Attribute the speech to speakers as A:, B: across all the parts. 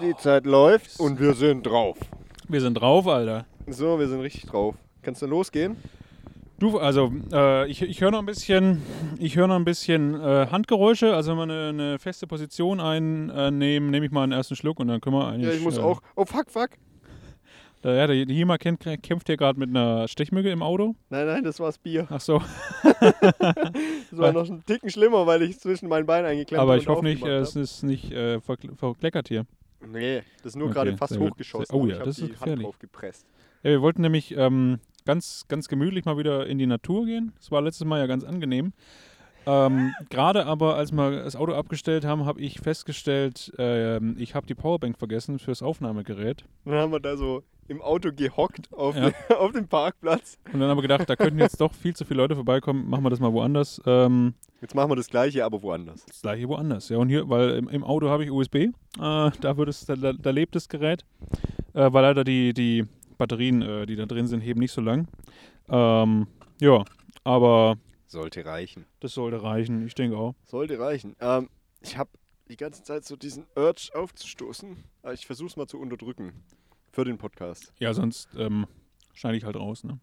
A: Die Zeit läuft und wir sind drauf.
B: Wir sind drauf, Alter.
A: So, wir sind richtig drauf. Kannst du losgehen?
B: Du, also, äh, ich, ich höre noch ein bisschen, ich höre noch ein bisschen äh, Handgeräusche. Also, wenn wir eine, eine feste Position einnehmen, nehme ich mal einen ersten Schluck und dann können wir eigentlich.
A: Ja, ich muss
B: äh,
A: auch. Oh, fuck, fuck.
B: Da, ja, der Jima kennt, kämpft ja gerade mit einer Stechmücke im Auto.
A: Nein, nein, das war's Bier.
B: Ach so.
A: Das war noch einen Ticken schlimmer, weil ich zwischen meinen Beinen eingeklemmt
B: Aber
A: und
B: ich hoffe nicht, äh,
A: aufgemacht
B: es ist nicht äh, verkle- verkleckert hier.
A: hab. Nee, das ist nur
B: Okay,
A: gerade fast
B: sehr gut.
A: hochgeschossen.
B: Sehr- oh
A: aber
B: ja,
A: ich hab
B: das ist
A: die Hand
B: gefährlich.
A: draufgepresst.
B: Ja, wir wollten nämlich ähm, ganz, ganz gemütlich mal wieder in die Natur gehen. Das war letztes Mal ja ganz angenehm. Ähm, Gerade aber, als wir das Auto abgestellt haben, habe ich festgestellt, ähm, ich habe die Powerbank vergessen fürs Aufnahmegerät.
A: Dann haben wir da so im Auto gehockt auf,
B: Ja.
A: auf dem Parkplatz.
B: Und dann aber gedacht, da könnten jetzt doch viel zu viele Leute vorbeikommen, machen wir das mal woanders. Ähm,
A: Jetzt machen wir das gleiche, aber woanders.
B: das gleiche woanders. Ja, und hier, weil im, im Auto habe ich USB, äh, da, wird es, da, da, da lebt das Gerät, äh, weil leider die, die Batterien, äh, die da drin sind, heben nicht so lang. Ähm, ja, aber
A: Sollte reichen.
B: Das sollte reichen, ich denke auch.
A: Sollte reichen. Ähm, ich habe die ganze Zeit so diesen Urge aufzustoßen. Aber ich versuche es mal zu unterdrücken. Für den Podcast.
B: Ja, sonst ähm, schneide ich halt raus, ne?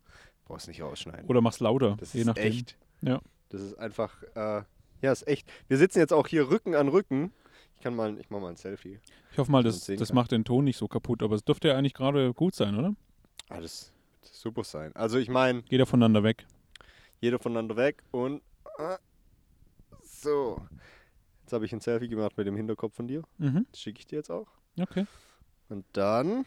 A: Brauchst nicht rausschneiden.
B: Oder mach's lauter,
A: Das
B: je
A: ist
B: nachdem.
A: echt.
B: Ja.
A: Das ist einfach, äh, ja, ist echt. Wir sitzen jetzt auch hier Rücken an Rücken. Ich kann mal, ich mache mal ein Selfie.
B: Ich hoffe mal,
A: Man
B: das,
A: sehen
B: das
A: kann.
B: macht den Ton nicht so kaputt, aber es dürfte ja eigentlich gerade gut sein, oder?
A: Ah, das wird super sein. Also ich meine,
B: Geht ja voneinander weg.
A: jeder voneinander weg und ah, so. Jetzt habe ich ein Selfie gemacht mit dem Hinterkopf von dir.
B: Mhm,
A: Das schicke ich dir jetzt auch.
B: okay.
A: Und dann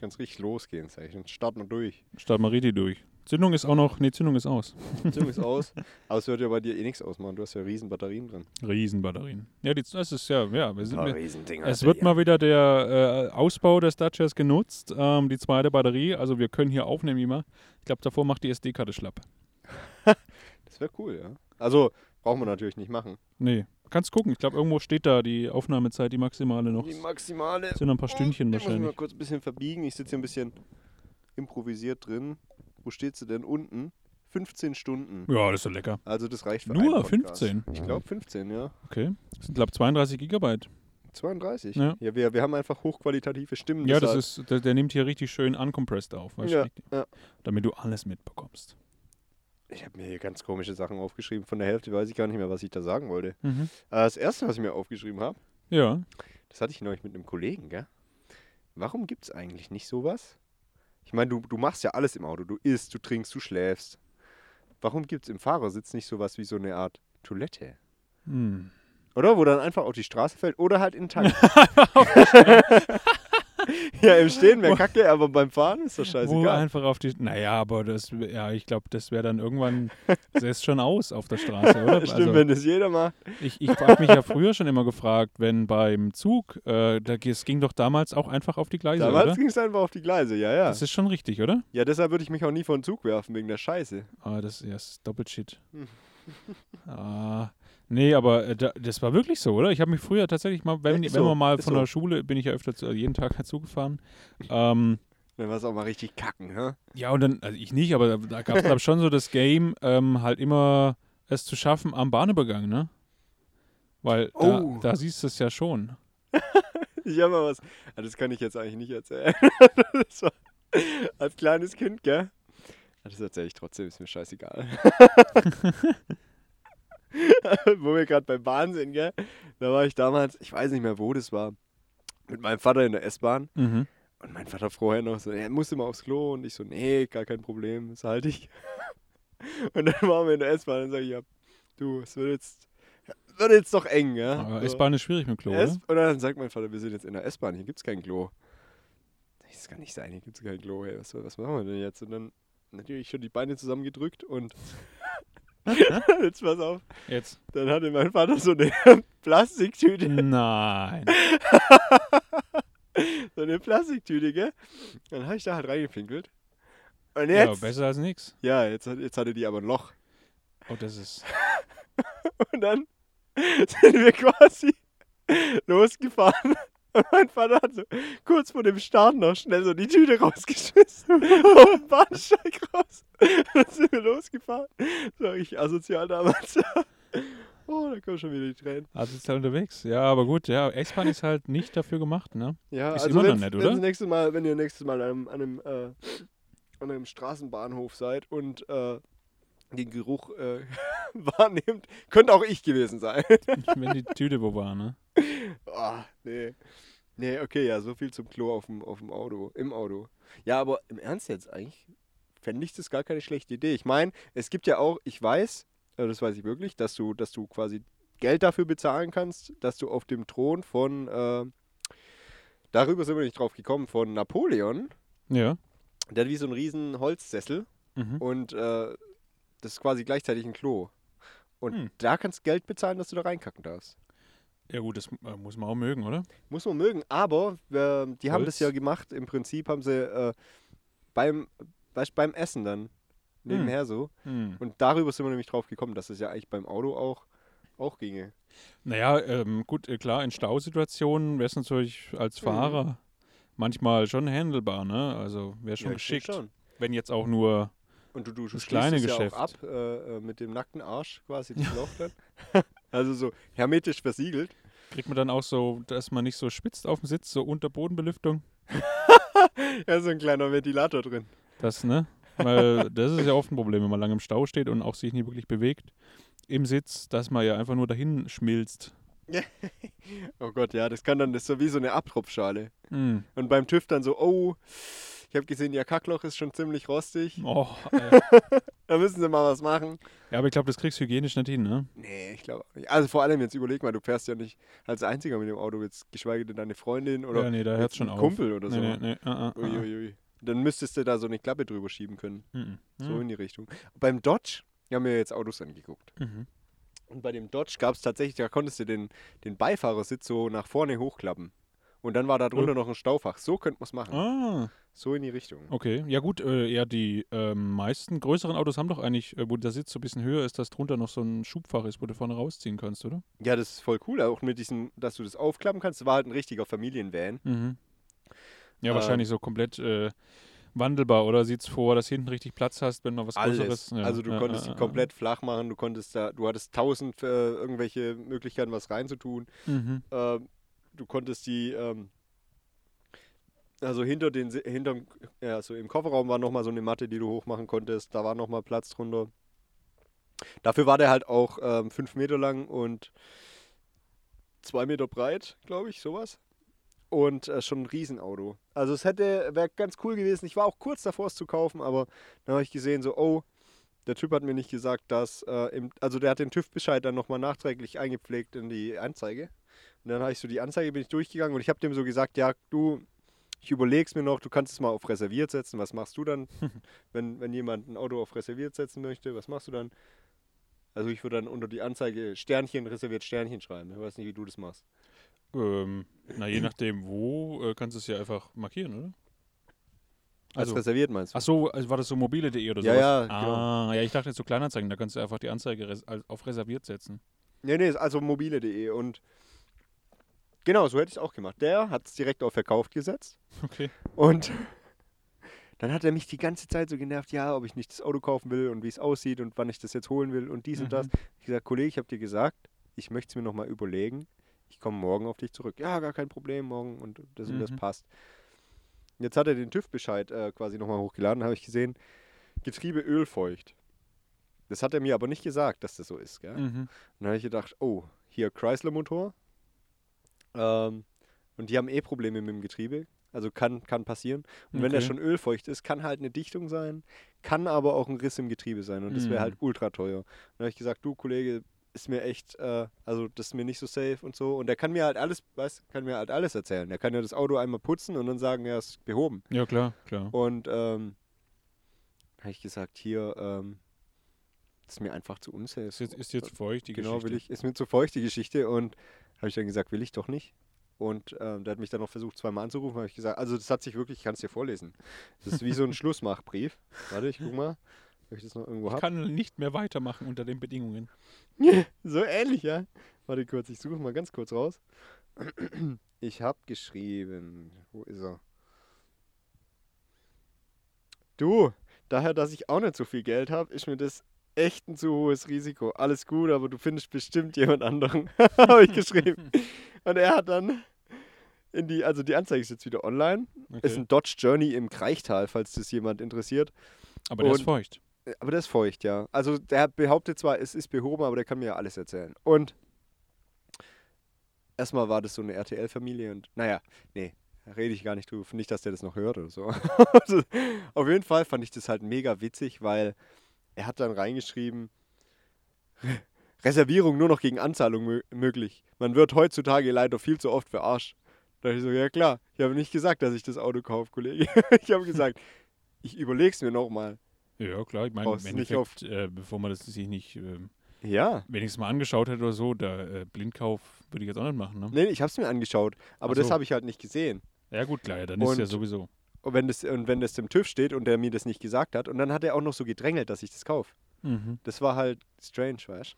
A: kannst richtig losgehen, sag ich. Dann starten wir durch.
B: Starten wir richtig durch. Zündung ist auch noch, nee, Zündung ist aus.
A: Ziemlich aus. Aber es wird ja bei dir eh nichts ausmachen. Du hast ja riesen Batterien drin.
B: Riesenbatterien. Ja, die, das ist ja, ja, wir sind, wir,
A: Ah, Riesendinger.
B: Es wird mal wieder der äh, Ausbau des Dutchers genutzt, ähm, die zweite Batterie. Also wir können hier aufnehmen, immer. Ich glaube, davor macht die SD-Karte schlapp.
A: Das wäre cool, ja. Also, braucht man natürlich nicht machen.
B: Nee, kannst gucken. Ich glaube, irgendwo steht da die Aufnahmezeit, die maximale noch.
A: Die maximale
B: Sind noch ein paar Stündchen
A: Ich muss mich mal
B: wahrscheinlich.
A: kurz ein bisschen verbiegen. Ich sitze hier ein bisschen improvisiert drin. Wo steht sie denn unten? 15 Stunden.
B: Ja, das ist ja lecker.
A: Also das reicht für
B: Nur
A: einen Podcast.
B: 15?
A: Ich glaube 15, ja.
B: Okay. Das sind, glaube ich, 32 Gigabyte.
A: 32. Ja,
B: Ja.
A: wir, wir haben einfach hochqualitative Stimmen.
B: Ja, das
A: deshalb-
B: ist, der, der nimmt hier richtig schön uncompressed auf, weißt
A: Ja,
B: du?
A: ja.
B: Damit du alles mitbekommst.
A: Ich habe mir hier ganz komische Sachen aufgeschrieben. Von der Hälfte weiß ich gar nicht mehr, was ich da sagen wollte.
B: Mhm.
A: Äh, das erste, was ich mir aufgeschrieben habe,
B: Ja.
A: das hatte ich neulich mit einem Kollegen, gell? Warum gibt es eigentlich nicht sowas? Ich meine, du, du machst ja alles im Auto. Du isst, du trinkst, du schläfst. Warum gibt es im Fahrersitz nicht sowas wie so eine Art Toilette?
B: Hm.
A: Oder? Wo dann einfach auf die Straße fällt oder halt in den Tank. ja, im Stehen wäre kacke, aber beim Fahren ist das
B: Wo
A: scheißegal.
B: einfach auf die. Naja, aber das, ja, ich glaube, das wäre dann irgendwann, säß schon aus auf der Straße, oder? Also,
A: Stimmt, wenn das jeder macht.
B: Ich, ich habe mich ja früher schon immer gefragt, wenn beim Zug, äh, da, es ging doch damals auch einfach auf die Gleise,
A: Damals
B: oder?
A: ging es einfach auf die Gleise, ja, ja.
B: Das ist schon richtig, oder?
A: Ja, deshalb würde ich mich auch nie von Zug werfen, wegen der Scheiße.
B: Ah, das, ja, das ist doppelt shit.
A: Hm.
B: ah, nee, aber äh, da, das war wirklich so, oder? Ich habe mich früher tatsächlich mal, wenn,
A: Ja, ist
B: wenn
A: so,
B: man mal
A: ist
B: von
A: so.
B: der Schule, bin ich ja öfter zu, also jeden Tag dazu gefahren. Ähm,
A: Dann war es auch mal richtig kacken, hä?
B: ja, und dann, also ich nicht, aber da, da gab es glaube schon so das Game, ähm, halt immer es zu schaffen am Bahnübergang, ne? Weil
A: Oh.
B: da, da siehst du es ja schon.
A: Ich habe mal was. Ah, Das kann ich jetzt eigentlich nicht erzählen. Das war als kleines Kind, gell? Ah, Das erzähle ich trotzdem, ist mir scheißegal. wo wir gerade beim Bahn sind, gell? Da war ich damals, ich weiß nicht mehr, wo das war, mit meinem Vater in der S-Bahn.
B: Mhm.
A: Und mein Vater vorher noch so, er musste mal aufs Klo. Und ich so, nee, gar kein Problem, das halte ich. Und dann waren wir in der S-Bahn und sage ich, ja, du, es wird jetzt, wird jetzt doch eng, gell?
B: Aber
A: So.
B: S-Bahn ist schwierig mit Klo,
A: S
B: oder?
A: und dann sagt mein Vater, wir sind jetzt in der S-Bahn, hier gibt's kein Klo. Sag ich, Das kann nicht sein, hier gibt's kein Klo. Ey, was, soll- was machen wir denn jetzt? Und dann natürlich schon die Beine zusammengedrückt und jetzt pass auf.
B: Jetzt.
A: Dann hatte mein Vater so eine Plastiktüte,
B: Nein.
A: so eine Plastiktüte, gell? Dann habe ich da halt reingepinkelt. Und
B: Ja,
A: jetzt,
B: besser als nichts.
A: ja, jetzt, hat- jetzt hatte die aber ein Loch.
B: Oh, das ist.
A: Und dann sind wir quasi losgefahren. Und mein Vater hat so kurz vor dem Start noch schnell so die Tüte rausgeschmissen. Vom Bahnsteig raus. Und dann sind wir losgefahren. Sag ich asozial damals. Oh, da kommen schon wieder die Tränen.
B: Also ist halt unterwegs. Ja, aber gut, ja, X-Bahn ist halt nicht dafür gemacht, ne?
A: Ja,
B: Ist
A: also
B: immer noch
A: wenn's-
B: nett,
A: wenn's
B: oder?
A: Nächste Mal, wenn ihr nächstes Mal an einem, an einem, äh, an einem Straßenbahnhof seid und äh, den Geruch äh, wahrnehmt, könnte auch ich gewesen sein.
B: Wenn die Tüte wo war, ne?
A: oh, nee. Nee, okay, ja, so viel zum Klo auf dem, auf dem Auto, im Auto. Ja, aber im Ernst jetzt eigentlich fände ich das gar keine schlechte Idee. Ich meine, es gibt ja auch, ich weiß, äh, das weiß ich wirklich, dass du, dass du quasi Geld dafür bezahlen kannst, dass du auf dem Thron von, äh, darüber sind wir nicht drauf gekommen, von Napoleon,
B: Ja.
A: der hat wie so einen riesen Holzsessel
B: Mhm.
A: und äh, das ist quasi gleichzeitig ein Klo. Und
B: Hm.
A: da kannst du Geld bezahlen, dass du da reinkacken darfst.
B: Ja gut, das äh, muss man auch mögen, oder?
A: Muss man mögen, aber äh, die haben das
B: Holz.
A: ja gemacht. Im Prinzip haben sie äh, beim, weißt, beim Essen dann nebenher so.
B: Hm.
A: Und darüber sind wir nämlich drauf gekommen, dass es ja eigentlich beim Auto auch, auch ginge.
B: Naja, ähm, gut, äh, klar, in Stausituationen wäre es natürlich als Fahrer manchmal schon handelbar, ne? Also wäre schon
A: Mhm. Ja, ich
B: geschickt.
A: denk schon.
B: Wenn jetzt auch nur,
A: Und du, du, du
B: Das
A: schließt
B: kleine
A: es
B: Geschäft.
A: ja auch ab äh, äh, mit dem nackten Arsch quasi, das Loch dann. also so hermetisch versiegelt.
B: kriegt man dann auch so, dass man nicht so spitzt auf dem Sitz, so unter Bodenbelüftung.
A: Ja, so ein kleiner Ventilator drin.
B: Das, ne? Weil das ist ja oft ein Problem, wenn man lange im Stau steht und auch sich nicht wirklich bewegt im Sitz, dass man ja einfach nur dahin schmilzt.
A: Oh Gott, ja, das kann dann, das ist so wie so eine Abtropfschale.
B: Hm.
A: Und beim TÜV dann so, oh, ich habe gesehen, ihr Kackloch ist schon ziemlich rostig.
B: Oh, äh.
A: Da müssen sie mal was machen.
B: ja, aber ich glaube, das kriegst du hygienisch nicht hin, ne?
A: Nee, ich glaube auch nicht. Also vor allem jetzt überleg mal, du fährst ja nicht als Einziger mit dem Auto, jetzt geschweige denn deine Freundin oder
B: ja, nee, da
A: jetzt
B: hört schon
A: ein
B: auf.
A: Kumpel oder
B: nee,
A: so.
B: nee, nee, ah, ah, ah.
A: Uiuiui. Dann müsstest du da so eine Klappe drüber schieben können.
B: Mhm.
A: So in die Richtung. Beim Dodge, wir haben ja jetzt Autos angeguckt.
B: Mhm.
A: Und bei dem Dodge gab es tatsächlich, da konntest du den, den Beifahrersitz so nach vorne hochklappen. Und dann war da drunter noch ein Staufach. So könnte man es machen.
B: Ah,
A: So in die Richtung.
B: okay. Ja gut, äh, ja, die ähm, meisten größeren Autos haben doch eigentlich, äh, wo der Sitz so ein bisschen höher ist, dass drunter noch so ein Schubfach ist, wo du vorne rausziehen kannst, oder?
A: Ja, das ist voll cool. Auch mit diesem, dass du das aufklappen kannst. Das war halt ein richtiger Familienvan.
B: Mhm. Ja,
A: Ähm.
B: wahrscheinlich so komplett äh, wandelbar, oder? Sieht's vor, dass hinten richtig Platz hast, wenn mal was Größeres...
A: Alles.
B: Ja,
A: also du
B: ja,
A: konntest
B: ja,
A: sie
B: ja,
A: komplett flach machen, du konntest da, du hattest tausend äh, irgendwelche Möglichkeiten, was reinzutun.
B: Ja. Mhm.
A: Ähm, du konntest die, ähm, also hinter den, Si- hinterm, ja, also im Kofferraum war nochmal so eine Matte, die du hochmachen konntest, da war nochmal Platz drunter. Dafür war der halt auch ähm, fünf Meter lang und zwei Meter breit, glaube ich, sowas. Und äh, schon ein Riesenauto. Also es hätte, wäre ganz cool gewesen. Ich war auch kurz davor, es zu kaufen, aber dann habe ich gesehen, so, oh, der Typ hat mir nicht gesagt, dass, äh, im, also der hat den TÜV-Bescheid dann nochmal nachträglich eingepflegt in die Anzeige. Und dann habe ich so die Anzeige, bin ich durchgegangen und ich habe dem so gesagt, ja, du, ich überleg's mir noch, du kannst es mal auf reserviert setzen. Was machst du dann, wenn, wenn jemand ein Auto auf reserviert setzen möchte? Was machst du dann? Also ich würde dann unter die Anzeige Sternchen, reserviert Sternchen schreiben. Ich weiß nicht, wie du das machst.
B: Ähm, na, je nachdem wo, äh, kannst du es ja einfach markieren, oder?
A: Als
B: Also,
A: reserviert meinst du?
B: ach so, also war das so mobile.de oder
A: Ja,
B: sowas?
A: ja, genau.
B: ah, ja, ich dachte jetzt so Kleinanzeigen, da kannst du einfach die Anzeige res als- auf reserviert setzen.
A: Nee, nee, ist also mobile.de und genau, so hätte ich es auch gemacht. Der hat es direkt auf verkauft gesetzt.
B: Okay.
A: Und dann hat er mich die ganze Zeit so genervt, ja, ob ich nicht das Auto kaufen will und wie es aussieht und wann ich das jetzt holen will und dies
B: Mhm.
A: und das. Ich gesagt, Kollege, ich habe dir gesagt, ich möchte es mir nochmal überlegen. Ich komme morgen auf dich zurück. Ja, gar kein Problem, morgen und das und das
B: Mhm.
A: passt. Jetzt hat er den TÜV-Bescheid äh, quasi nochmal hochgeladen, habe ich gesehen, Getriebe ölfeucht. Das hat er mir aber nicht gesagt, dass das so ist, gell?
B: Mhm.
A: Und dann habe ich gedacht, oh, hier Chrysler-Motor. Ähm, und die haben eh Probleme mit dem Getriebe. Also kann, kann passieren. Und wenn der
B: Okay.
A: schon ölfeucht ist, kann halt eine Dichtung sein, kann aber auch ein Riss im Getriebe sein. Und das wäre
B: Mhm.
A: halt ultra teuer. Und dann habe ich gesagt, du Kollege, ist mir echt, äh, also das ist mir nicht so safe und so. Und der kann mir halt alles, weißt kann mir halt alles erzählen. Der kann ja das Auto einmal putzen und dann sagen, ja, ist behoben.
B: Ja, klar, klar.
A: Und ähm, habe ich gesagt, hier, ähm, ist mir einfach zu unsafe.
B: Ist jetzt, ist jetzt feucht, die
A: genau,
B: Geschichte.
A: will ich, ist mir zu feucht die Geschichte und habe ich dann gesagt, will ich doch nicht. Und ähm, der hat mich dann noch versucht, zweimal anzurufen, habe ich gesagt, also das hat sich wirklich, ich kann es dir vorlesen. Das ist wie so ein Schlussmachbrief. Warte, ich guck mal, ob ich das noch irgendwo
B: Ich
A: habe.
B: kann nicht mehr weitermachen unter den Bedingungen.
A: So ähnlich, ja. Warte kurz, ich suche mal ganz kurz raus. Ich habe geschrieben. Wo ist er? Du, daher, dass ich auch nicht so viel Geld habe, ist mir das echt ein zu hohes Risiko. Alles gut, aber du findest bestimmt jemand anderen. Habe ich geschrieben. Und er hat dann in die, also die Anzeige ist jetzt wieder online. Ist
B: Okay.
A: ein Dodge Journey im Kreichtal, falls das jemand interessiert.
B: Aber der ist
A: und-
B: feucht.
A: Aber der ist feucht, ja. Also der behauptet zwar, es ist behoben, aber der kann mir ja alles erzählen. Und erstmal war das so eine RTL-Familie und naja, nee, da rede ich gar nicht drüber. Nicht, dass der das noch hört oder so. also, auf jeden Fall fand ich das halt mega witzig, weil er hat dann reingeschrieben, Reservierung nur noch gegen Anzahlung mö möglich. Man wird heutzutage leider viel zu oft verarscht. Da dachte ich so, ja klar, ich habe nicht gesagt, dass ich das Auto kaufe, Kollege. ich habe gesagt, ich überleg's mir nochmal.
B: Ja, klar. Ich meine,
A: Brauchst
B: im
A: du nicht
B: Endeffekt, äh, bevor man das sich nicht ähm,
A: Ja.
B: wenigstens mal angeschaut hätte oder so, der äh, Blindkauf würde ich jetzt auch nicht machen. Ne?
A: Nee, nee, ich habe es mir angeschaut, aber
B: Ach so.
A: das habe ich halt nicht gesehen.
B: Ja, gut, klar. Ja, dann ist ja
A: Und-
B: sowieso.
A: Und wenn, das, und wenn das dem TÜV steht und der mir das nicht gesagt hat, und dann hat er auch noch so gedrängelt, dass ich das kaufe.
B: Mhm.
A: Das war halt strange, weißt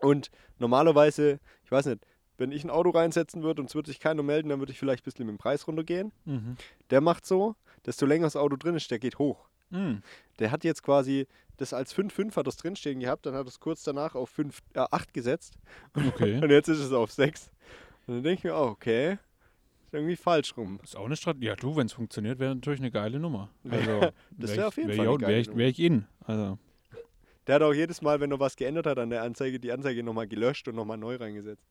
A: du? Und normalerweise, ich weiß nicht, wenn ich ein Auto reinsetzen würde und es würde sich keiner melden, dann würde ich vielleicht ein bisschen mit dem Preis runtergehen.
B: Mhm.
A: Der macht so, desto länger das Auto drin ist, der geht hoch.
B: Mhm.
A: Der hat jetzt quasi das als 5,5 hat das drinstehen gehabt, dann hat er es kurz danach auf 5, äh, 8 gesetzt
B: Okay.
A: und jetzt ist es auf 6. Und dann denke ich mir, oh, okay, ist irgendwie falsch rum.
B: Ist auch eine Strategie. Ja, du, wenn es funktioniert, wäre natürlich eine geile Nummer. Also,
A: Das wär
B: wär ich-
A: auf jeden
B: wär
A: Fall
B: ich
A: eine
B: auch- wär
A: geile
B: ich-
A: Nummer.
B: Wär ich in. Also,
A: Der hat auch jedes Mal, wenn er was geändert hat an der Anzeige, die Anzeige nochmal gelöscht und nochmal neu reingesetzt.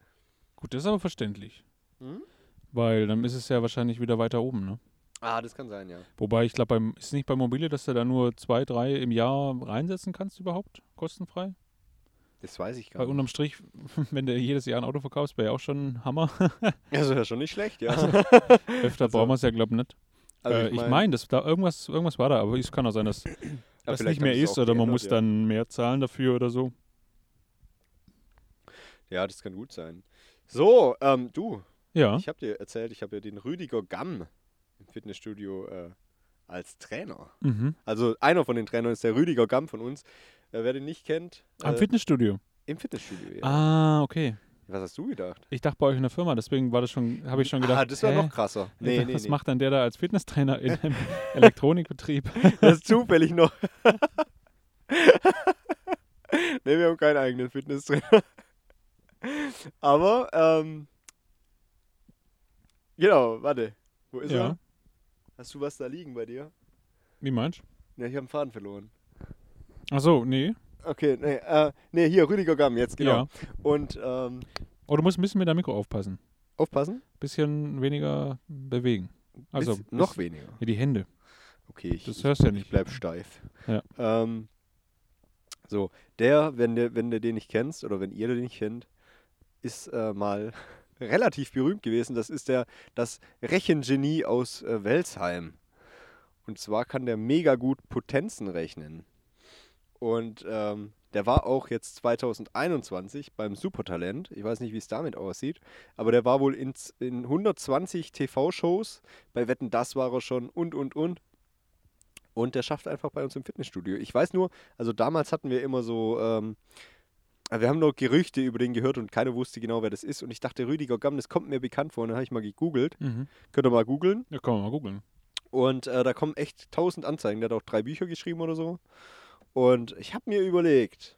B: gut, das ist aber verständlich.
A: Hm?
B: Weil dann ist es ja wahrscheinlich wieder weiter oben, ne?
A: Ah, das kann sein, ja.
B: Wobei, ich glaube, beim- ist nicht bei Mobile, dass du da nur zwei, drei im Jahr reinsetzen kannst überhaupt, kostenfrei?
A: Das weiß ich gar
B: Weil
A: nicht.
B: unterm Strich, wenn du jedes Jahr ein Auto verkaufst, wäre ja auch schon ein Hammer.
A: Also ja schon nicht schlecht,
B: Äh,
A: ja.
B: Öfter
A: Also-
B: brauchen wir es ja, glaube ich, nicht.
A: Also
B: äh, ich meine, dass da irgendwas, irgendwas war da, aber es kann auch sein, dass
A: ja,
B: das
A: vielleicht
B: nicht mehr
A: haben sie es
B: ist
A: auch
B: oder man muss
A: geändert, ja.
B: dann mehr zahlen dafür oder so.
A: Ja, das kann gut sein. So, ähm, du,
B: Ja,
A: ich habe dir erzählt, ich habe ja den Rüdiger Gamm im Fitnessstudio äh, als Trainer.
B: mhm.
A: Also einer von den Trainern ist der Rüdiger Gamm von uns. Äh, wer den nicht kennt,
B: am
A: äh,
B: Fitnessstudio.
A: im Fitnessstudio. Ja.
B: Ah, okay.
A: Was hast du gedacht?
B: Ich dachte bei euch in der Firma, deswegen war das schon, habe ich schon gedacht.
A: ah, das war
B: hä?
A: noch krasser. Nee, nee,
B: was
A: nee.
B: macht dann der da als Fitnesstrainer in einem Elektronikbetrieb?
A: Das ist zufällig noch. ne, wir haben keinen eigenen Fitnesstrainer. Aber, ähm, genau, warte. Wo ist
B: Ja.
A: er? Hast du was da liegen bei dir?
B: Wie meinst du?
A: Ne, ich habe einen Faden verloren.
B: Ach so, nee.
A: Okay, ne, äh, nee, hier, Rüdiger Gamm, jetzt, genau.
B: Ja.
A: Und, ähm,
B: Oh, du musst ein bisschen mit deinem Mikro aufpassen.
A: aufpassen.
B: Bisschen weniger bewegen. Also
A: Bis- noch weniger.
B: Ja, die Hände.
A: Okay, ich,
B: Das hörst du ja
A: ich
B: nicht.
A: bleib steif.
B: Ja.
A: Ähm, so, der, wenn der, wenn du den nicht kennst oder wenn ihr den nicht kennt, ist äh, mal relativ berühmt gewesen. Das ist der, das Rechengenie aus äh, Welsheim. Und zwar kann der mega gut Potenzen rechnen. Und ähm, der war auch jetzt 2021 beim Supertalent. Ich weiß nicht, wie es damit aussieht, aber der war wohl in, in 120 TV-Shows. Bei Wetten, das war er schon und, und, und. Und der schafft einfach bei uns im Fitnessstudio. Ich weiß nur, also damals hatten wir immer so, ähm, wir haben nur Gerüchte über den gehört und keiner wusste genau, wer das ist. Und ich dachte, Rüdiger Gamm, das kommt mir bekannt vor. Und dann habe ich mal gegoogelt.
B: Mhm.
A: Könnt ihr mal googeln.
B: Ja, kann man mal googeln.
A: Und äh, da kommen echt tausend Anzeigen. Der hat auch drei Bücher geschrieben oder so. Und ich habe mir überlegt,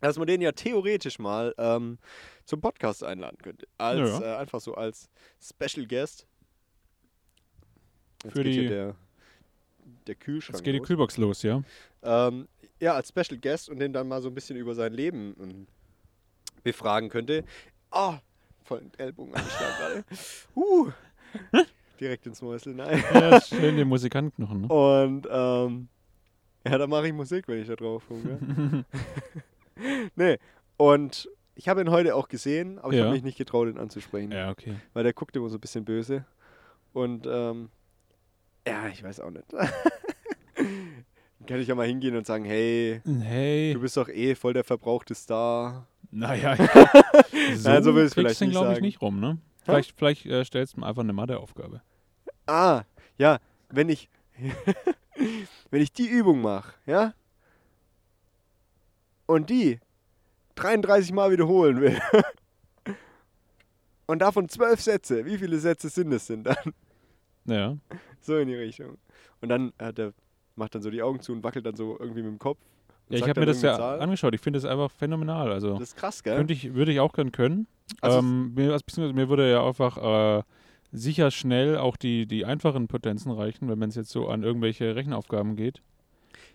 A: dass man den ja theoretisch mal ähm, zum Podcast einladen könnte. Als, äh, einfach so als Special Guest. Jetzt
B: Für
A: geht
B: die-
A: hier der, der Kühlschrank.
B: Jetzt geht die
A: los.
B: Kühlbox los, ja?
A: ähm, ja, als Special Guest und den dann mal so ein bisschen über sein Leben ähm, befragen könnte. Ah, voll den Ellbogen angeschlagen gerade. Uh, direkt ins Mäusel, nein.
B: ja schön den Musikantenknochen,
A: Oh.
B: ne?
A: Und ähm, ja, da mache ich Musik, wenn ich da drauf komme. nee, und ich habe ihn heute auch gesehen, aber ich
B: Ja.
A: habe mich nicht getraut, ihn anzusprechen,
B: Ja, okay.
A: weil der guckt immer so ein bisschen böse. Und ähm, ja, ich weiß auch nicht. Dann kann ich ja mal hingehen und sagen, hey,
B: Hey.
A: du bist doch eh voll der verbrauchte Star.
B: Naja, so
A: Nein, so will ich's
B: kriegst
A: Also vielleicht
B: den,
A: nicht
B: glaube ich,
A: sagen.
B: nicht rum, ne? Vielleicht, vielleicht äh, stellst du ihm einfach eine Matheaufgabe.
A: Ah, ja, wenn ich, wenn ich die Übung mache, ja, und die 33 Mal wiederholen will, und davon 12 Sätze, wie viele Sätze sind es denn dann?
B: Ja.
A: So in die Richtung. Und dann hat er, macht dann so die Augen zu und wackelt dann so irgendwie mit dem Kopf.
B: Ja, ich
A: sagt
B: habe
A: dann
B: mir das ja
A: irgendeine Zahl.
B: angeschaut. Ich finde das einfach phänomenal. Also
A: Das ist krass, gell?
B: könnte ich, würde ich auch gern können.
A: Also-
B: ähm, mir, also beziehungsweise mir würde ja einfach äh, sicher schnell auch die, die einfachen Potenzen reichen, wenn man es jetzt so an irgendwelche Rechenaufgaben geht.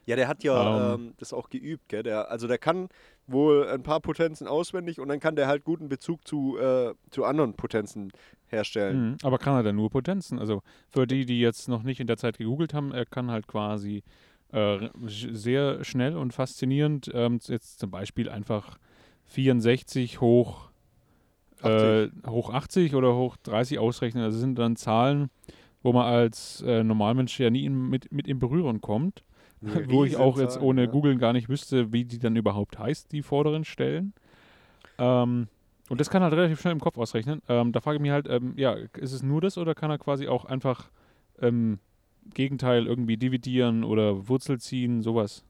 A: Ja, der hat ja
B: Ähm.
A: ähm, das auch geübt, gell? Der, also der kann wohl ein paar Potenzen auswendig und dann kann der halt guten Bezug zu, äh, zu anderen Potenzen herstellen.
B: Mhm. Aber kann er dann nur Potenzen? Also für die, die jetzt noch nicht in der Zeit gegoogelt haben, er kann halt quasi äh, sch- sehr schnell und faszinierend ähm, jetzt zum Beispiel einfach 64 hoch äh, hoch 80 oder hoch 30 ausrechnen. Also das sind dann Zahlen, wo man als äh, Normalmensch ja nie in, mit, mit in Berührung kommt.
A: Eine
B: Hm. wo ich auch jetzt
A: Riesenzahl,
B: ohne
A: eh ja.
B: googeln gar nicht wüsste, wie die dann überhaupt heißt, die vorderen Stellen. Ähm, und das kann halt relativ schnell im Kopf ausrechnen. Ähm, da frage ich mich halt, ähm, ja, ist es nur das oder kann er quasi auch einfach ähm, Gegenteil irgendwie dividieren oder Wurzel ziehen, sowas?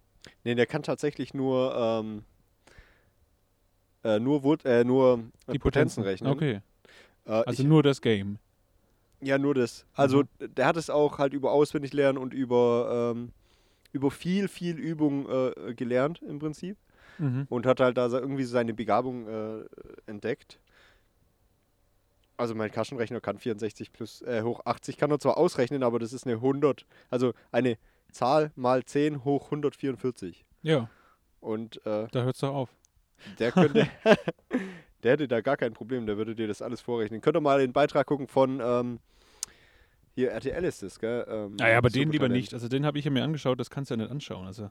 A: Nee, der kann tatsächlich nur, ähm, äh, nur, Wur äh, nur äh,
B: Die
A: Potenzen, rechnen.
B: Okay,
A: Äh,
B: also
A: ich,
B: nur Mhm. das Game.
A: ja, nur das. Also der hat es auch halt über Auswendiglernen und über, ähm, über viel, viel Übung äh, gelernt im Prinzip.
B: Mhm.
A: und hat halt da se- irgendwie seine Begabung äh, entdeckt. Also mein Taschenrechner kann 64 plus äh, hoch 80 kann er zwar ausrechnen, aber das ist eine 100, also eine Zahl mal 10 hoch 144.
B: Ja,
A: Und äh,
B: da hört es doch auf.
A: der könnte, der hätte da gar kein Problem, der würde dir das alles vorrechnen. Könnt ihr mal den Beitrag gucken von ähm, hier RTL ist es, gell? Ähm,
B: Naja, aber den lieber
A: Supertalent.
B: nicht. Also den habe ich ja mir angeschaut, das kannst du ja nicht anschauen. Also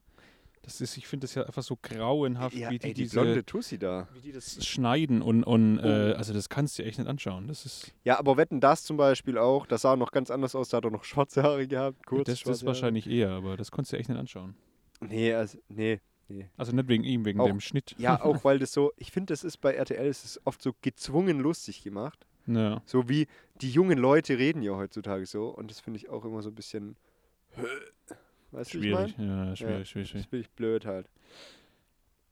B: das ist, ich finde das ja einfach so grauenhaft,
A: Ja,
B: wie
A: ey,
B: die,
A: die
B: diese,
A: blonde Tussi da.
B: wie die das schneiden und, und äh,
A: Oh.
B: also das kannst du dir echt nicht anschauen. Das ist
A: Ja, aber wetten das zum Beispiel auch, das sah noch ganz anders aus, da hat er noch schwarze Haare gehabt, kurz
B: das, das
A: schwarze Haare.
B: wahrscheinlich eher, aber das konntest du dir echt nicht anschauen.
A: Nee, also, nee.
B: Also nicht wegen ihm, wegen
A: Auch-
B: dem Schnitt.
A: Ja, auch weil das so, ich finde, das ist bei RTL, es ist oft so gezwungen lustig gemacht.
B: Ja.
A: So wie die jungen Leute reden ja heutzutage so. Und das finde ich auch immer so ein bisschen. Weißt du, wie ich meine?
B: Schwierig, ja, schwierig, schwierig,
A: Das
B: schwierig.
A: finde ich blöd halt.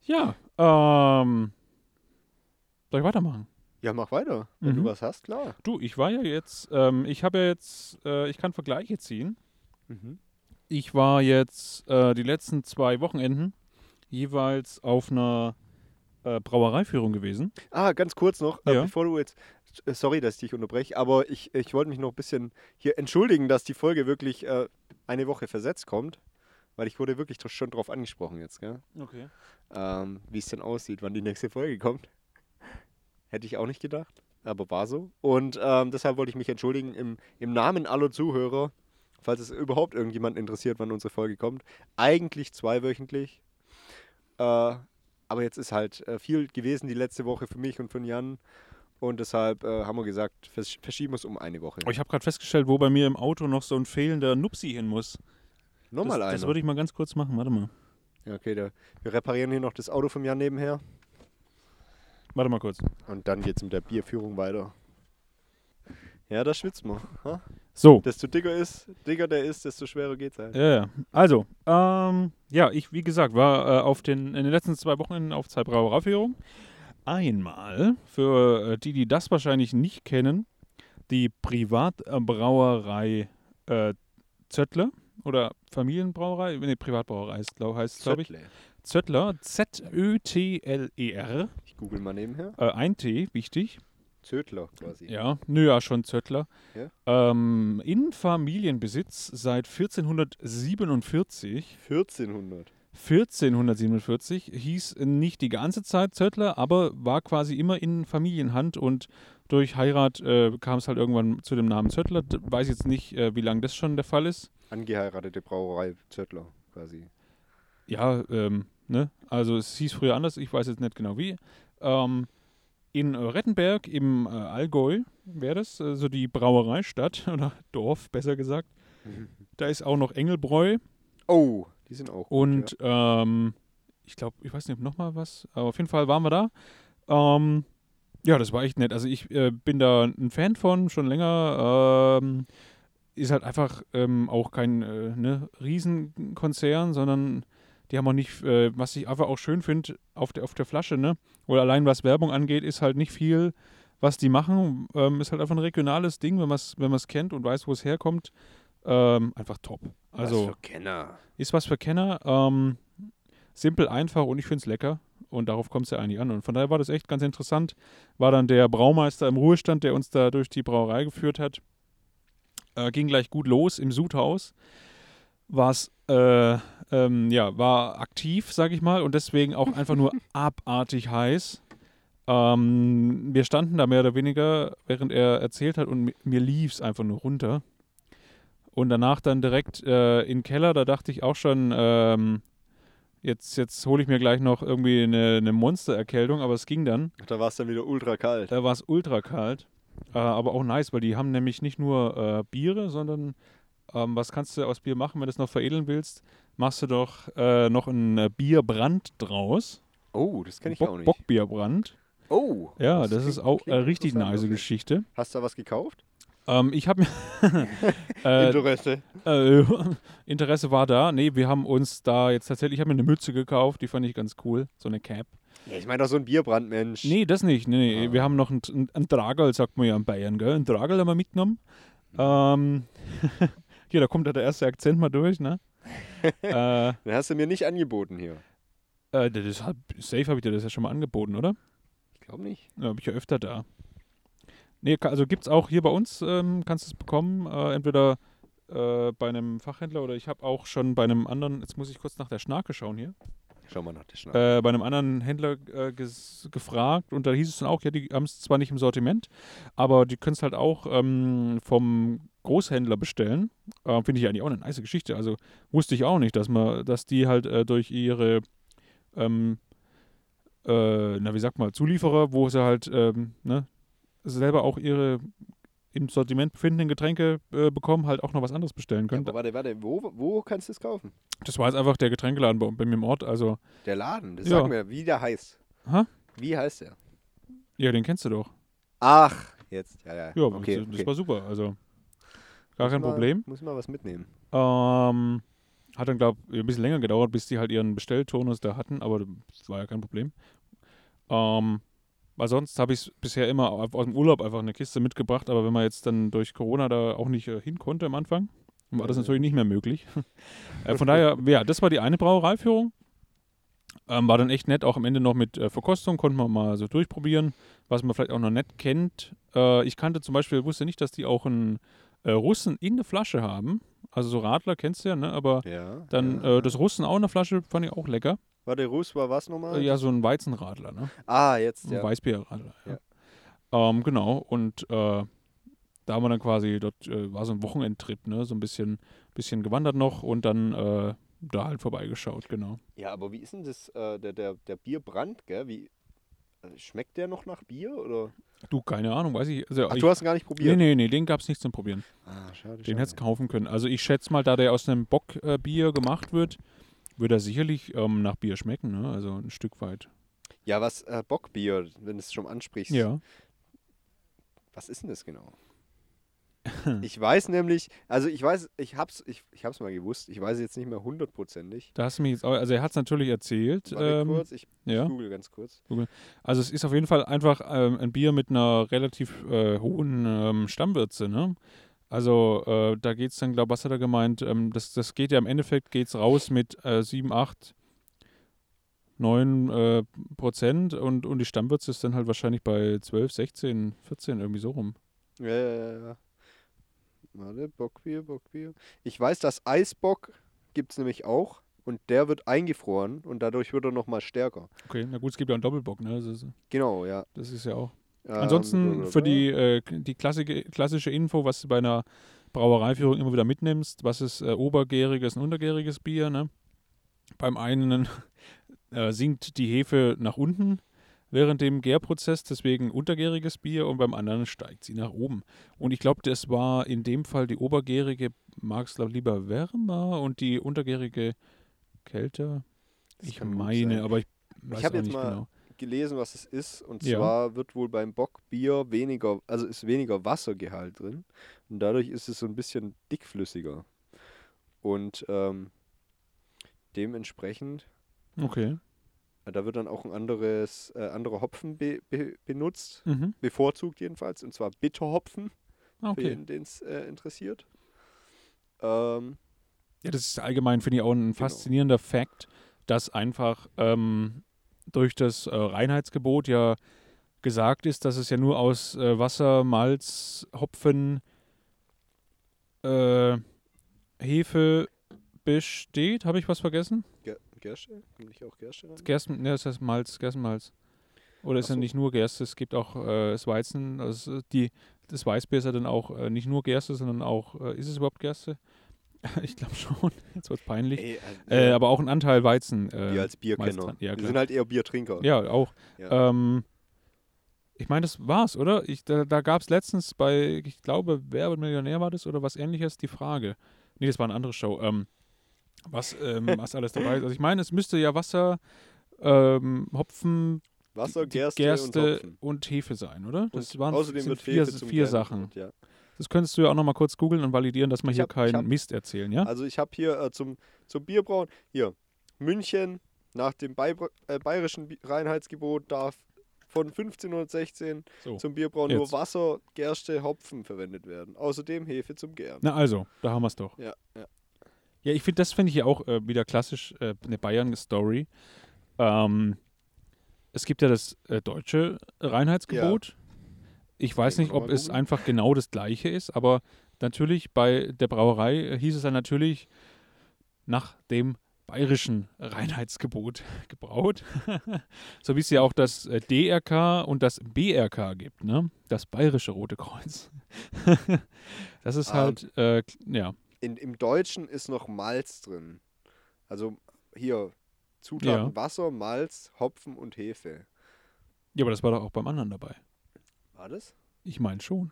B: Ja, ähm, soll ich weitermachen?
A: Ja, mach weiter. Wenn du
B: Mhm.
A: was hast, klar.
B: Du, ich war ja jetzt, ähm, ich habe ja jetzt, äh, ich kann Vergleiche ziehen. Mhm. Ich war jetzt äh, die letzten zwei Wochenenden jeweils auf einer äh, Brauereiführung gewesen.
A: Ah, ganz kurz noch, äh,
B: Ja.
A: bevor du jetzt. äh, Sorry, dass ich dich unterbreche, aber ich, ich wollte mich noch ein bisschen hier entschuldigen, dass die Folge wirklich äh, eine Woche versetzt kommt. Weil ich wurde wirklich schon drauf angesprochen jetzt, gell?
B: Okay.
A: ähm, wie es denn aussieht, wann die nächste Folge kommt. Hätte ich auch nicht gedacht, aber war so. Und ähm, deshalb wollte ich mich entschuldigen im, im Namen aller Zuhörer, falls es überhaupt irgendjemand interessiert, wann unsere Folge kommt. Eigentlich zweiwöchentlich. Äh, aber jetzt ist halt äh, viel gewesen die letzte Woche für mich und für den Jan. Und deshalb äh, haben wir gesagt, versch verschieben wir es um eine Woche.
B: Ich habe gerade festgestellt, wo bei mir im Auto noch so ein fehlender Nupsi hin muss.
A: Nochmal
B: das,
A: eine.
B: das würde ich mal ganz kurz machen, warte mal.
A: ja, okay, da, wir reparieren hier noch das Auto vom Jan nebenher.
B: Warte mal kurz.
A: Und dann geht's mit der Bierführung weiter. Ja, da schwitzt man. Ha?
B: So,
A: Desto dicker ist, dicker der ist, desto schwerer geht's halt.
B: Ja, ja. Also, ähm, ja, ich, wie gesagt, war äh, auf den, in den letzten zwei Wochenenden auf zwei Brauereiführungen. Einmal, für äh, die, die das wahrscheinlich nicht kennen, die Privatbrauerei äh, Zöttler oder Familienbrauerei, nee, Privatbrauerei ist, glaub, heißt glaube ich.
A: Zöttle.
B: Zöttler, Z-Ö-T-L-E-R,
A: Ich google mal nebenher.
B: E äh, ein T, wichtig.
A: Zötler quasi.
B: Ja, nö, ja, schon Zöttler.
A: Ja.
B: Ähm, in Familienbesitz seit 1447.
A: 1400.
B: 1447 hieß nicht die ganze Zeit Zöttler, aber war quasi immer in Familienhand und durch Heirat äh, kam es halt irgendwann zu dem Namen Zöttler. D weiß jetzt nicht, äh, wie lange das schon der Fall ist.
A: Angeheiratete Brauerei Zötler quasi.
B: Ja, ähm, ne? Also es hieß früher anders, ich weiß jetzt nicht genau wie. Ähm, in äh, Rettenberg im äh, Allgäu wäre das, äh, so die Brauereistadt oder Dorf besser gesagt. Da ist auch noch Engelbräu
A: Oh, die sind auch. gut,
B: und ähm, ich glaube, ich weiß nicht, ob nochmal was, aber auf jeden Fall waren wir da. Ähm, ja, das war echt nett. Also ich äh, bin da ein Fan von, schon länger. Ähm, ist halt einfach ähm, auch kein äh, ne, Riesenkonzern, sondern die haben auch nicht, äh, was ich einfach auch schön finde, auf der, auf der Flasche, ne? Oder allein was Werbung angeht, ist halt nicht viel, was die machen. Ähm, ist halt einfach ein regionales Ding, wenn man es wenn man's kennt und weiß, wo es herkommt. Ähm, einfach top.
A: ja. Was
B: Also,
A: für Kenner.
B: ist was für Kenner. Ähm, simpel, einfach und ich finde es lecker. Und darauf kommt es ja eigentlich an. Und von daher war das echt ganz interessant. War dann der Braumeister im Ruhestand, der uns da durch die Brauerei geführt hat. Äh, ging gleich gut los im Sudhaus. War es, äh, ähm, ja, war aktiv, sag ich mal, und deswegen auch einfach nur abartig heiß. Ähm, wir standen da mehr oder weniger, während er erzählt hat, und mi- mir lief es einfach nur runter. Und danach dann direkt äh, in den Keller, da dachte ich auch schon, ähm, jetzt, jetzt hole ich mir gleich noch irgendwie eine, eine Monstererkältung, aber es ging dann.
A: Da war es dann wieder ultra kalt.
B: Da war es ultra kalt, äh, aber auch nice, weil die haben nämlich nicht nur äh, Biere, sondern ähm, was kannst du aus Bier machen, wenn du es noch veredeln willst? Machst du doch äh, noch einen äh, Bierbrand draus.
A: Oh, das kenne ich
B: Bock,
A: auch nicht.
B: Bockbierbrand.
A: Oh.
B: Ja, das, ist
A: klingt-
B: auch äh,
A: klingt
B: richtig
A: interessant,
B: nice
A: okay.
B: Geschichte.
A: Hast du da was gekauft?
B: Ähm, ich äh, habe mir.
A: Interesse.
B: äh, äh, Interesse war da. Nee, wir haben uns da jetzt tatsächlich, ich habe mir eine Mütze gekauft, die fand ich ganz cool. So eine Cap.
A: Ja, ich meine doch so ein Bierbrand, Mensch.
B: Nee, das nicht. Nee, nee.
A: Ah.
B: Wir haben noch einen, einen- einen Dragel, sagt man ja in Bayern, gell? Einen Dragel haben wir mitgenommen. Ähm, hier, da kommt ja der erste Akzent mal durch, ne? äh, äh,
A: Den hast du mir nicht angeboten hier.
B: das ist halt, safe habe ich dir das ja schon mal angeboten, oder?
A: Ich glaube nicht.
B: Ja, bin ich ja öfter da. Nee, ka- also gibt es auch hier bei uns, ähm, kannst du es bekommen. Äh, entweder äh, bei einem Fachhändler oder ich habe auch schon bei einem anderen, jetzt muss ich kurz nach der Schnarke schauen hier,
A: Schau mal nach der Schnauze.
B: äh, bei einem anderen Händler äh, ges- gefragt und da hieß es dann auch, ja, die haben es zwar nicht im Sortiment, aber die können es halt auch ähm, vom Großhändler bestellen. Äh, Finde ich eigentlich auch eine nice Geschichte. Also wusste ich auch nicht, dass man, dass die halt äh, durch ihre, ähm, äh, na wie sagt man, Zulieferer, wo sie halt ähm, ne, selber auch ihre im Sortiment befindenden Getränke äh, bekommen, halt auch noch was anderes bestellen
A: Ja,
B: können.
A: aber warte, warte, wo, wo kannst du es kaufen?
B: das war jetzt einfach der Getränkeladen bei, bei mir im Ort. Also,
A: Der Laden, das
B: Ja.
A: sag mir, wie der heißt.
B: Hä?
A: Wie heißt der?
B: ja, den kennst du doch.
A: Ach, jetzt. Ja, ja.
B: Ja,
A: okay,
B: das, das
A: okay.
B: war super. Also gar
A: Muss
B: kein
A: mal-
B: Problem.
A: Muss mal was mitnehmen.
B: Ähm, hat dann, glaube ich, ein bisschen länger gedauert, bis die halt ihren Bestelltonus da hatten, aber das war ja kein Problem. Ähm, weil sonst habe ich bisher immer au- aus dem Urlaub einfach eine Kiste mitgebracht, aber wenn man jetzt dann durch Corona da auch nicht äh, hin konnte am Anfang, war das
A: Ja, ja.
B: natürlich nicht mehr möglich. äh, von daher, ja, das war die eine Brauereiführung. Ähm, war dann echt nett, auch am Ende noch mit äh, Verkostung, konnten wir mal so durchprobieren, was man vielleicht auch noch nett kennt. Äh, ich kannte zum Beispiel, wusste nicht, dass die auch einen äh, Russen in der Flasche haben. Also so Radler kennst du ja, ne? Aber
A: Ja.
B: dann
A: ja.
B: äh, das Russen auch in der Flasche fand ich auch lecker.
A: Warte, Ruß war was nochmal?
B: Äh, ja, so ein Weizenradler, ne?
A: Ah, jetzt,
B: Ein
A: ja.
B: Weißbierradler. Ja. Ähm, genau, und äh, da haben wir dann quasi, dort äh, war so ein Wochenendtrip, ne? So ein bisschen, bisschen gewandert noch und dann äh, da halt vorbeigeschaut, genau.
A: Ja, aber wie ist denn das, äh, der, der, der Bierbrand, gell? Wie, äh, schmeckt der noch nach Bier? Oder?
B: Du, keine Ahnung, weiß ich. Also,
A: Ach,
B: ich
A: du hast ihn gar nicht
B: nee,
A: probiert?
B: nee, nee, den gab es nicht zum Probieren.
A: Ah, schade,
B: Den
A: schade.
B: hättest kaufen können. Also ich schätze mal, da der aus einem Bockbier äh, Bier gemacht wird, wird er sicherlich ähm, nach Bier schmecken, ne? Also ein Stück weit.
A: Ja, was, äh, Bockbier, wenn du es schon ansprichst.
B: Ja.
A: Was ist denn das genau? ich weiß nämlich, also ich weiß, ich hab's, ich, ich hab's mal gewusst, ich weiß jetzt nicht mehr hundertprozentig.
B: Da hast du mich jetzt auch, also er hat es natürlich erzählt.
A: Warte
B: Ähm,
A: kurz, ich
B: ja.
A: google ganz kurz.
B: Also es ist auf jeden Fall einfach ähm, ein Bier mit einer relativ äh, hohen ähm, Stammwürze, ne? Also äh, da geht es dann, glaube was hat er gemeint, ähm, das, das geht ja im Endeffekt geht's raus mit äh, 7, 8, 9 äh, Prozent und, und die Stammwürze ist dann halt wahrscheinlich bei 12, 16, 14, irgendwie so rum.
A: Ja, ja, ja, ja. Warte, Bockbier, Bockbier. Ich weiß, dass Eisbock gibt's nämlich auch und der wird eingefroren und dadurch wird er nochmal stärker.
B: Okay, na gut, es gibt ja einen Doppelbock, ne? Das ist,
A: Genau, ja.
B: das ist ja auch.
A: Ähm,
B: Ansonsten für
A: blablabla.
B: die, äh, k- die klassische, klassische Info, was du bei einer Brauereiführung immer wieder mitnimmst, was ist äh, obergäriges und untergäriges Bier. Ne? Beim einen äh, sinkt die Hefe nach unten während dem Gärprozess, deswegen untergäriges Bier und beim anderen steigt sie nach oben. Und ich glaube, das war in dem Fall die obergärige mag es glaub lieber wärmer und die untergärige kälter.
A: Das
B: Ich
A: kann gut
B: meine,
A: sein.
B: aber ich weiß
A: hab
B: auch
A: jetzt
B: nicht
A: mal-
B: genau.
A: gelesen, was es ist. Und
B: Ja.
A: zwar wird wohl beim Bockbier weniger, also ist weniger Wassergehalt drin. Und dadurch ist es so ein bisschen dickflüssiger. Und ähm, dementsprechend,
B: genau. Okay.
A: äh, da wird dann auch ein anderes, äh, anderer Hopfen be be benutzt,
B: Mhm.
A: bevorzugt jedenfalls, und zwar Bitterhopfen,
B: Ah,
A: für
B: okay.
A: jeden, den es äh, interessiert. Ähm, Genau.
B: Ja, das ist allgemein, finde ich, auch ein faszinierender Fact, dass einfach ähm, durch das äh, Reinheitsgebot ja gesagt ist, dass es ja nur aus äh, Wasser, Malz, Hopfen, äh, Hefe besteht. Habe ich was vergessen?
A: Ge Gerste? Kann ich auch Gerste rein?
B: Gersten, ne, das heißt Malz, Gerstenmalz. Oder ist
A: Ach
B: ja
A: so.
B: nicht nur Gerste, es gibt auch äh, das Weizen, also es- die, das Weißbier ist ja dann auch äh, nicht nur Gerste, sondern auch, äh, ist es überhaupt Gerste? ich glaube schon, jetzt wird es peinlich.
A: Ey,
B: Äh,
A: äh,
B: aber auch ein Anteil Weizen.
A: wir
B: Äh,
A: als Bierkenner.
B: Malz- ja,
A: wir
B: klar.
A: sind halt eher Biertrinker.
B: ja, auch.
A: Ja.
B: Ähm, ich meine, das war's, oder? Ich, da da gab es letztens bei, ich glaube, Wer wird Millionär war das oder was ähnliches, die Frage. Nee, das war eine andere Show. Ähm, was, ähm, was alles dabei ist. Also ich meine, es müsste ja Wasser, ähm, Hopfen,
A: Wasser,
B: die- die
A: Gerste, und
B: Gerste
A: Hopfen.
B: Hefe sein, oder?
A: Und
B: Das waren
A: außerdem
B: sind
A: wird
B: vier,
A: Hefe zum
B: vier
A: Kleinen
B: Sachen.
A: gemacht, Ja.
B: Das könntest du ja auch nochmal kurz googeln und validieren, dass wir
A: Ich
B: hier
A: hab- ich
B: keinen
A: hab-
B: Mist erzählen, ja?
A: Also ich habe hier äh, zum, zum Bierbrauen, hier, München nach dem Bayer, äh, bayerischen Bi- Reinheitsgebot darf von 1516
B: So.
A: zum Bierbrauen nur
B: Jetzt.
A: Wasser, Gerste, Hopfen verwendet werden. Außerdem Hefe zum Gären.
B: Na also, da haben wir es doch.
A: Ja, ja.
B: Ja, ich finde, das finde ich ja auch äh, wieder klassisch äh, eine Bayern-Story. Ähm, es gibt ja das äh, deutsche Reinheitsgebot. Ich weiß
A: Können
B: nicht,
A: wir
B: ob
A: mal
B: es
A: googeln.
B: einfach genau das gleiche ist, aber natürlich bei der Brauerei äh, hieß es dann natürlich nach dem bayerischen Reinheitsgebot gebraut. so wie es ja auch das äh, DRK und das BRK gibt, ne? Das bayerische Rote Kreuz. das ist
A: Ah.
B: halt, äh, ja.
A: In, Im Deutschen ist noch Malz drin. Also hier, Zutaten
B: Ja.
A: Wasser, Malz, Hopfen und Hefe.
B: Ja, aber das war doch auch beim anderen dabei.
A: War das?
B: Ich meine schon.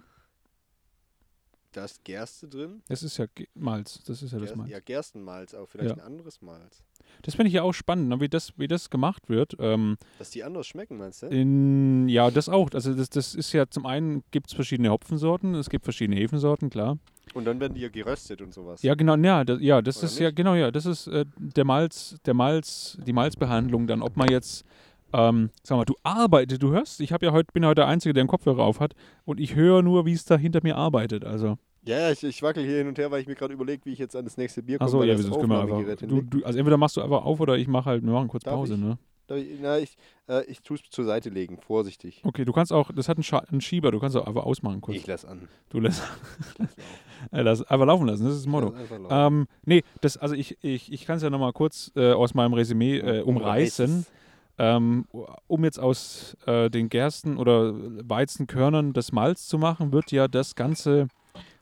A: Da ist Gerste drin.
B: Das ist ja Ge- Malz. Das ist ja das
A: Gerst,
B: Malz.
A: ja, Gerstenmalz, aber vielleicht
B: Ja.
A: ein anderes Malz.
B: Das finde ich ja auch spannend, ne, wie das, wie das gemacht wird. Ähm,
A: Dass die anders schmecken, meinst du?
B: in, ja, das auch. Also das, das ist ja zum einen gibt es verschiedene Hopfensorten, es gibt verschiedene Hefensorten, klar.
A: Und dann werden die ja geröstet und sowas.
B: Ja, genau, ja, das, ja, das
A: Oder
B: ist ja,
A: nicht?
B: genau, ja, das ist äh, der Malz, der Malz, die Malzbehandlung dann, ob man jetzt, ähm, sag mal, du arbeitest, du hörst, ich habe ja heute, bin heute der Einzige, der einen Kopfhörer auf hat und ich höre nur, wie es da hinter mir arbeitet. Also.
A: Ja, ja, ich, ich wackel hier hin und her, weil ich mir gerade überlege, wie ich jetzt an das nächste Bier komme.
B: Achso,
A: weil
B: ja,
A: das
B: wir sind wir einfach.
A: Aufnahmegerät
B: Du,
A: hinlegt.
B: du, also entweder machst du einfach auf oder ich mache halt, wir machen kurz
A: Darf
B: Pause,
A: ich?
B: ne?
A: Darf ich- Na, ich, äh, ich tue es zur Seite legen, vorsichtig.
B: Okay, du kannst auch, das hat einen, Scha einen Schieber, du kannst auch einfach ausmachen kurz.
A: Ich lass an.
B: Du lässt
A: Lass
B: äh, lass, einfach laufen lassen, das ist das Motto.
A: lass einfach laufen.
B: Ähm, nee, das, also ich, ich, ich kann es ja nochmal kurz äh, aus meinem Resümee äh, umreißen. Ähm, um jetzt aus äh, den Gersten oder Weizenkörnern das Malz zu machen, wird ja das Ganze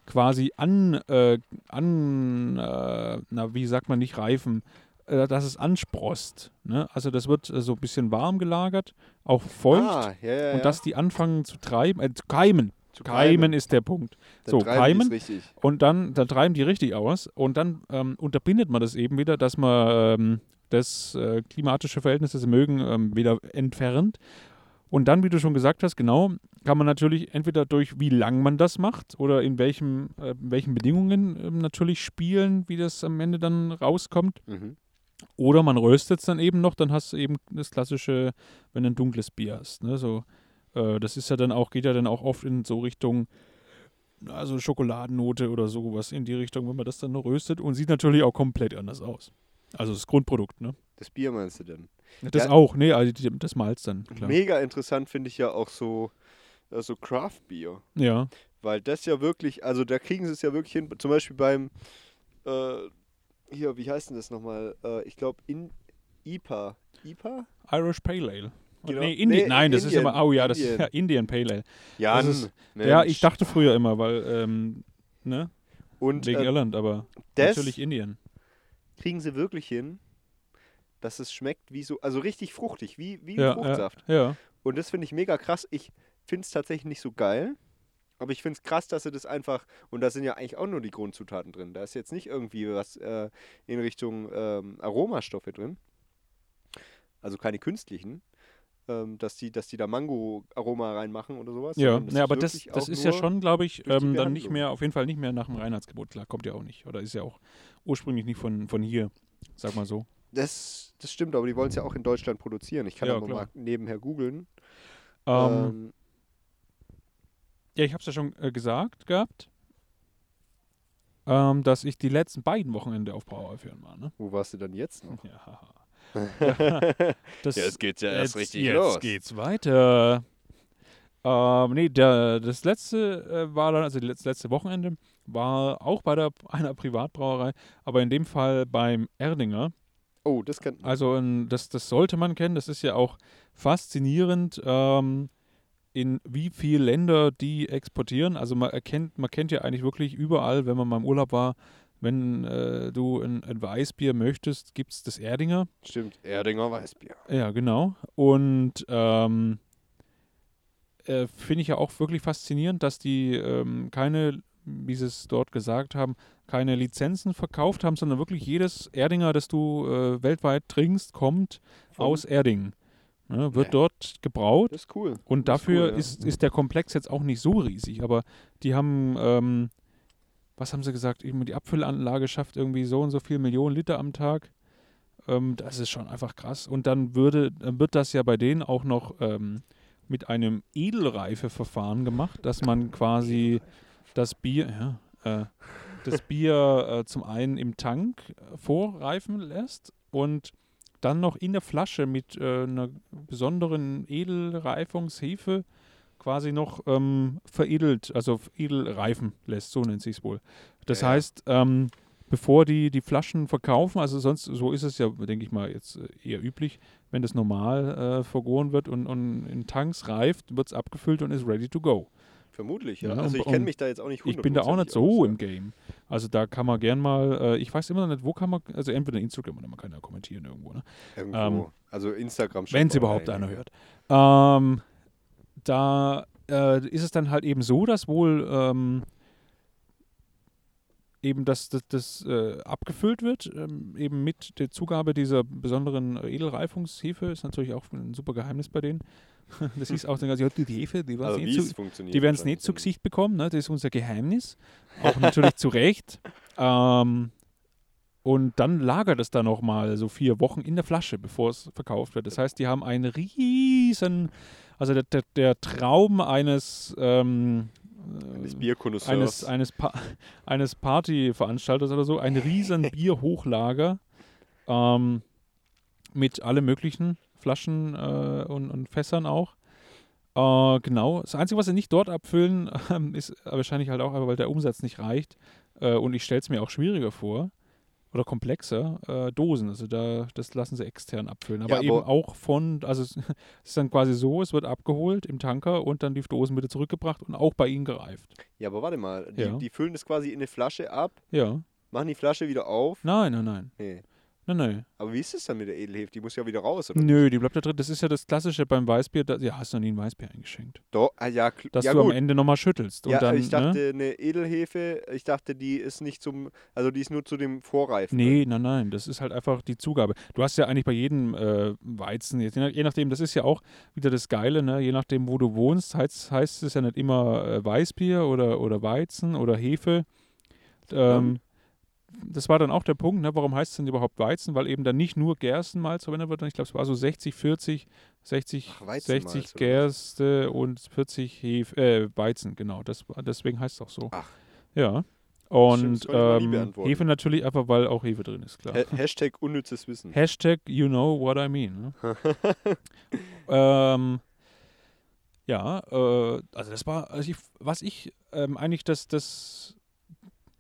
B: quasi an, äh, an äh, na, wie sagt man, nicht reifen, äh, dass es ansprost. Ne? Also das wird äh, so ein bisschen warm gelagert, auch feucht.
A: Ah, ja, ja, ja.
B: Und dass die anfangen zu treiben, äh, zu keimen.
A: Zu
B: Keimen ist der Punkt.
A: Dann
B: so,
A: treiben die
B: keimen.
A: es Richtig.
B: Und dann, dann treiben die richtig aus und dann ähm, unterbindet man das eben wieder, dass man ähm, das äh, klimatische Verhältnis, das sie mögen, ähm, wieder entfernt. Und dann, wie du schon gesagt hast, genau, kann man natürlich entweder durch wie lang man das macht oder in welchem, äh, in welchen Bedingungen ähm, natürlich spielen, wie das am Ende dann rauskommt.
A: Mhm.
B: Oder man röstet es dann eben noch, dann hast du eben das klassische, wenn du ein dunkles Bier hast. Ne? So, äh, das ist ja dann auch, geht ja dann auch oft in so Richtung, also Schokoladennote oder sowas in die Richtung, wenn man das dann noch röstet und sieht natürlich auch komplett anders aus. Also das Grundprodukt, ne?
A: Das Bier meinst du denn?
B: Das
A: Ja.
B: auch, ne, also die- das Malz dann, klar.
A: Mega interessant finde ich ja auch so, äh, so Craft-Bier.
B: Ja,
A: Weil das ja wirklich, also da kriegen sie es ja wirklich hin. Zum Beispiel beim, äh, hier, wie heißt denn das nochmal? Äh, ich glaube, in IPA. IPA?
B: Irish Pale Ale.
A: Genau.
B: Nee, Indi
A: Nee,
B: Nein, das
A: Indian.
B: ist aber, oh ja, das ist
A: Indian.
B: ja Indian Pale Ale.
A: Jan,
B: ist-
A: Mensch.
B: Ja, ich dachte früher immer, weil, ähm, ne,
A: Und
B: wegen
A: äh,
B: Irland, aber
A: das
B: natürlich Indien.
A: kriegen sie wirklich hin, dass es schmeckt wie so, also richtig fruchtig, wie, wie ein
B: Ja, ja,
A: Fruchtsaft.
B: ja.
A: Und das finde ich mega krass. Ich finde es tatsächlich nicht so geil. Aber ich finde es krass, dass sie das einfach, und da sind ja eigentlich auch nur die Grundzutaten drin. Da ist jetzt nicht irgendwie was äh, in Richtung ähm, Aromastoffe drin. Also keine künstlichen. Ähm, dass, die, dass die da Mango-Aroma reinmachen oder sowas.
B: Ja,
A: sondern
B: ja aber das,
A: wirklich
B: das
A: auch
B: ist ja
A: nur-
B: schon, glaube ich,
A: durch die
B: ähm, dann nicht
A: Behandlung.
B: mehr, auf jeden Fall nicht mehr nach dem Reinheitsgebot. Klar, kommt ja auch nicht. Oder ist ja auch ursprünglich nicht von, von hier, sag mal so.
A: Das, das stimmt, aber die wollen es ja auch in Deutschland produzieren. Ich kann
B: Ja,
A: aber
B: klar.
A: mal nebenher googeln.
B: Ähm,
A: Ähm,
B: ja, ich habe es ja schon äh, gesagt gehabt, ähm, dass ich die letzten beiden Wochenende auf Brauerei führen war. Ne?
A: wo warst du dann jetzt noch?
B: Ja. Das,
A: Jetzt geht's ja erst
B: jetzt,
A: richtig
B: jetzt
A: los.
B: geht's weiter. Ähm, nee, der, das letzte äh, war dann, also das letzte Wochenende, war auch bei der, einer Privatbrauerei, aber in dem Fall beim Erdinger.
A: Oh, das kann.
B: Also ähm, das, das sollte man kennen. Das ist ja auch faszinierend, ähm, in wie viele Länder die exportieren. Also man erkennt, man kennt ja eigentlich wirklich überall, wenn man mal im Urlaub war, wenn äh, du ein, ein Weißbier möchtest, gibt es das Erdinger.
A: Stimmt, Erdinger Weißbier.
B: Ja, genau. Und ähm, äh, finde ich ja auch wirklich faszinierend, dass die ähm, keine, wie sie es dort gesagt haben, keine Lizenzen verkauft haben, sondern wirklich jedes Erdinger, das du äh, weltweit trinkst, kommt
A: Vom-
B: aus Erding. Ne, wird
A: Ja.
B: dort gebraut
A: Das ist cool.
B: und
A: Das ist
B: dafür
A: cool, ja.
B: ist, ist der Komplex jetzt auch nicht so riesig, aber die haben, ähm, was haben sie gesagt, Irgendwie die Abfüllanlage schafft irgendwie so und so viel Millionen Liter am Tag. Ähm, das ist schon einfach krass. Und dann würde, dann wird das ja bei denen auch noch ähm, mit einem Edelreife-Verfahren gemacht, dass man quasi das Bier, ja, äh, das Bier äh, zum einen im Tank äh, vorreifen lässt und dann noch in der Flasche mit äh, einer besonderen Edelreifungshefe quasi noch ähm, veredelt, also f- edelreifen lässt, so nennt sich es wohl. Das
A: Ja, ja.
B: heißt, ähm, bevor die die Flaschen verkaufen, also sonst, so ist es ja, denke ich mal, jetzt äh, eher üblich, wenn das normal äh, vergoren wird und, und in Tanks reift, wird es abgefüllt und ist ready to go.
A: Vermutlich, ja.
B: Ja,
A: also
B: und-
A: ich kenne
B: und
A: mich da jetzt auch nicht
B: Ich bin da auch nicht
A: hundertprozentig
B: so
A: aus,
B: im Game. Also da kann man gern mal, äh, ich weiß immer noch nicht, wo kann man, also entweder Instagram oder man kann ja kommentieren irgendwo, ne?
A: ja. Irgendwo.
B: ähm,
A: also Instagram
B: wenn es
A: schon
B: überhaupt
A: online.
B: einer hört. Ähm, da äh, ist es dann halt eben so, dass wohl ähm, eben das, das, das äh, abgefüllt wird, ähm, eben mit der Zugabe dieser besonderen äh, Edelreifungshefe, ist natürlich auch ein super Geheimnis bei denen. das hieß auch, dann, ja, die Hefe, die war
A: Also
B: eh
A: wie
B: zu,
A: es funktioniert.
B: die werden es nicht zu
A: wahrscheinlich.
B: Gesicht bekommen, ne? das ist unser Geheimnis. Auch natürlich zu Recht. Ähm, und dann lagert es da nochmal so vier Wochen in der Flasche, bevor es verkauft wird. Das heißt, die haben einen riesen, also der, der, der Traum eines, ähm,
A: Eines
B: äh, eines,
A: Bierkonnoisseurs.
B: eines, pa eines Partyveranstalters oder so, ein riesen Bierhochlager ähm, mit allem möglichen Flaschen äh, und, und Fässern auch. Äh, genau. Das Einzige, was sie nicht dort abfüllen, ähm, ist wahrscheinlich halt auch, einfach, weil der Umsatz nicht reicht. Äh, und ich stelle es mir auch schwieriger vor oder komplexer, äh, Dosen. Also da, das lassen sie extern abfüllen. Aber,
A: Ja, aber-
B: eben auch von, also es ist dann quasi so, es wird abgeholt im Tanker und dann die Dosen wieder zurückgebracht und auch bei ihnen gereift.
A: ja, aber warte mal. Die,
B: Ja.
A: die füllen das quasi in eine Flasche ab,
B: Ja.
A: machen die Flasche wieder auf.
B: Nein, nein, nein.
A: Nee.
B: Nein, nein.
A: Aber wie ist es dann mit der Edelhefe? Die muss ja wieder raus, oder?
B: Nö, die bleibt da drin. Das ist ja das Klassische beim Weißbier. Da, ja, hast du noch nie ein Weißbier eingeschenkt.
A: Doch, ah, ja, kl-
B: Dass
A: ja,
B: du
A: gut.
B: am Ende nochmal schüttelst. Und
A: ja,
B: dann,
A: ich
B: ne?
A: dachte, eine Edelhefe, ich dachte, die ist nicht zum, also die ist nur zu dem Vorreifen.
B: Nee, nein, nein, das ist halt einfach die Zugabe. Je- Du hast ja eigentlich bei jedem äh, Weizen, jetzt, je nach- je nachdem, das ist ja auch wieder das Geile, ne? je nachdem, wo du wohnst, heißt, heißt es ja nicht immer äh, Weißbier oder, oder Weizen oder Hefe. Ähm, das war dann auch der Punkt, ne? warum heißt es denn überhaupt Weizen? Weil eben dann nicht nur Gerstenmalz verwendet wird, ich glaube, es war so 60, 40, 60,
A: Ach, Weizenmalz
B: 60
A: oder
B: Gerste und 40 Hef äh, Weizen, genau. Das, war- deswegen heißt es auch so.
A: Ach.
B: Ja.
A: Stimmt,
B: Und
A: das konnte ich mal nie
B: ähm,
A: beantworten. Äh,
B: Hefe natürlich einfach, weil auch Hefe drin ist, klar.
A: Ha Hashtag unnützes Wissen.
B: Hashtag you know what I mean. Ne? ähm, ja, äh, also das war, also ich, was ich ähm, eigentlich das, das,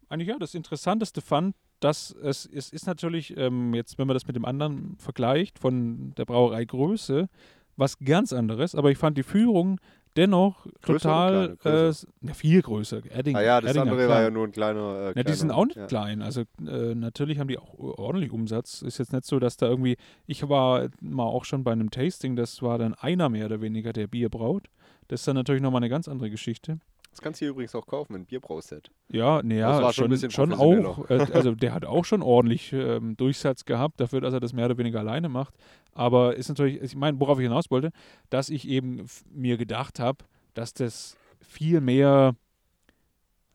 B: eigentlich ja, das Interessanteste fand, dass es, es ist natürlich, ähm, jetzt wenn man das mit dem anderen vergleicht, von der Brauerei Größe, was ganz anderes, aber ich fand die Führung dennoch
A: Größer oder
B: total,
A: kleiner? Größer.
B: äh, s- na, viel größer. Erdinger,
A: ah ja, das
B: Erdinger,
A: andere
B: klar.
A: war ja nur ein kleiner. Äh,
B: Ja,
A: kleiner
B: die sind auch nicht
A: ja.
B: klein. Also äh, natürlich haben die auch ordentlich Umsatz. Ist jetzt nicht so, dass da irgendwie. Ich war mal auch schon bei einem Tasting, das war dann einer mehr oder weniger, der Bier braut. Das ist dann natürlich nochmal eine ganz andere Geschichte.
A: Das kannst du hier übrigens auch kaufen, ein Bierbrauset.
B: Ja, naja,
A: Das war schon
B: schon,
A: ein bisschen
B: schon auch. Äh, also der hat auch schon ordentlich ähm, Durchsatz gehabt, dafür, dass er das mehr oder weniger alleine macht. Aber ist natürlich, ich meine, worauf ich hinaus wollte, dass ich eben f- mir gedacht habe, dass das viel mehr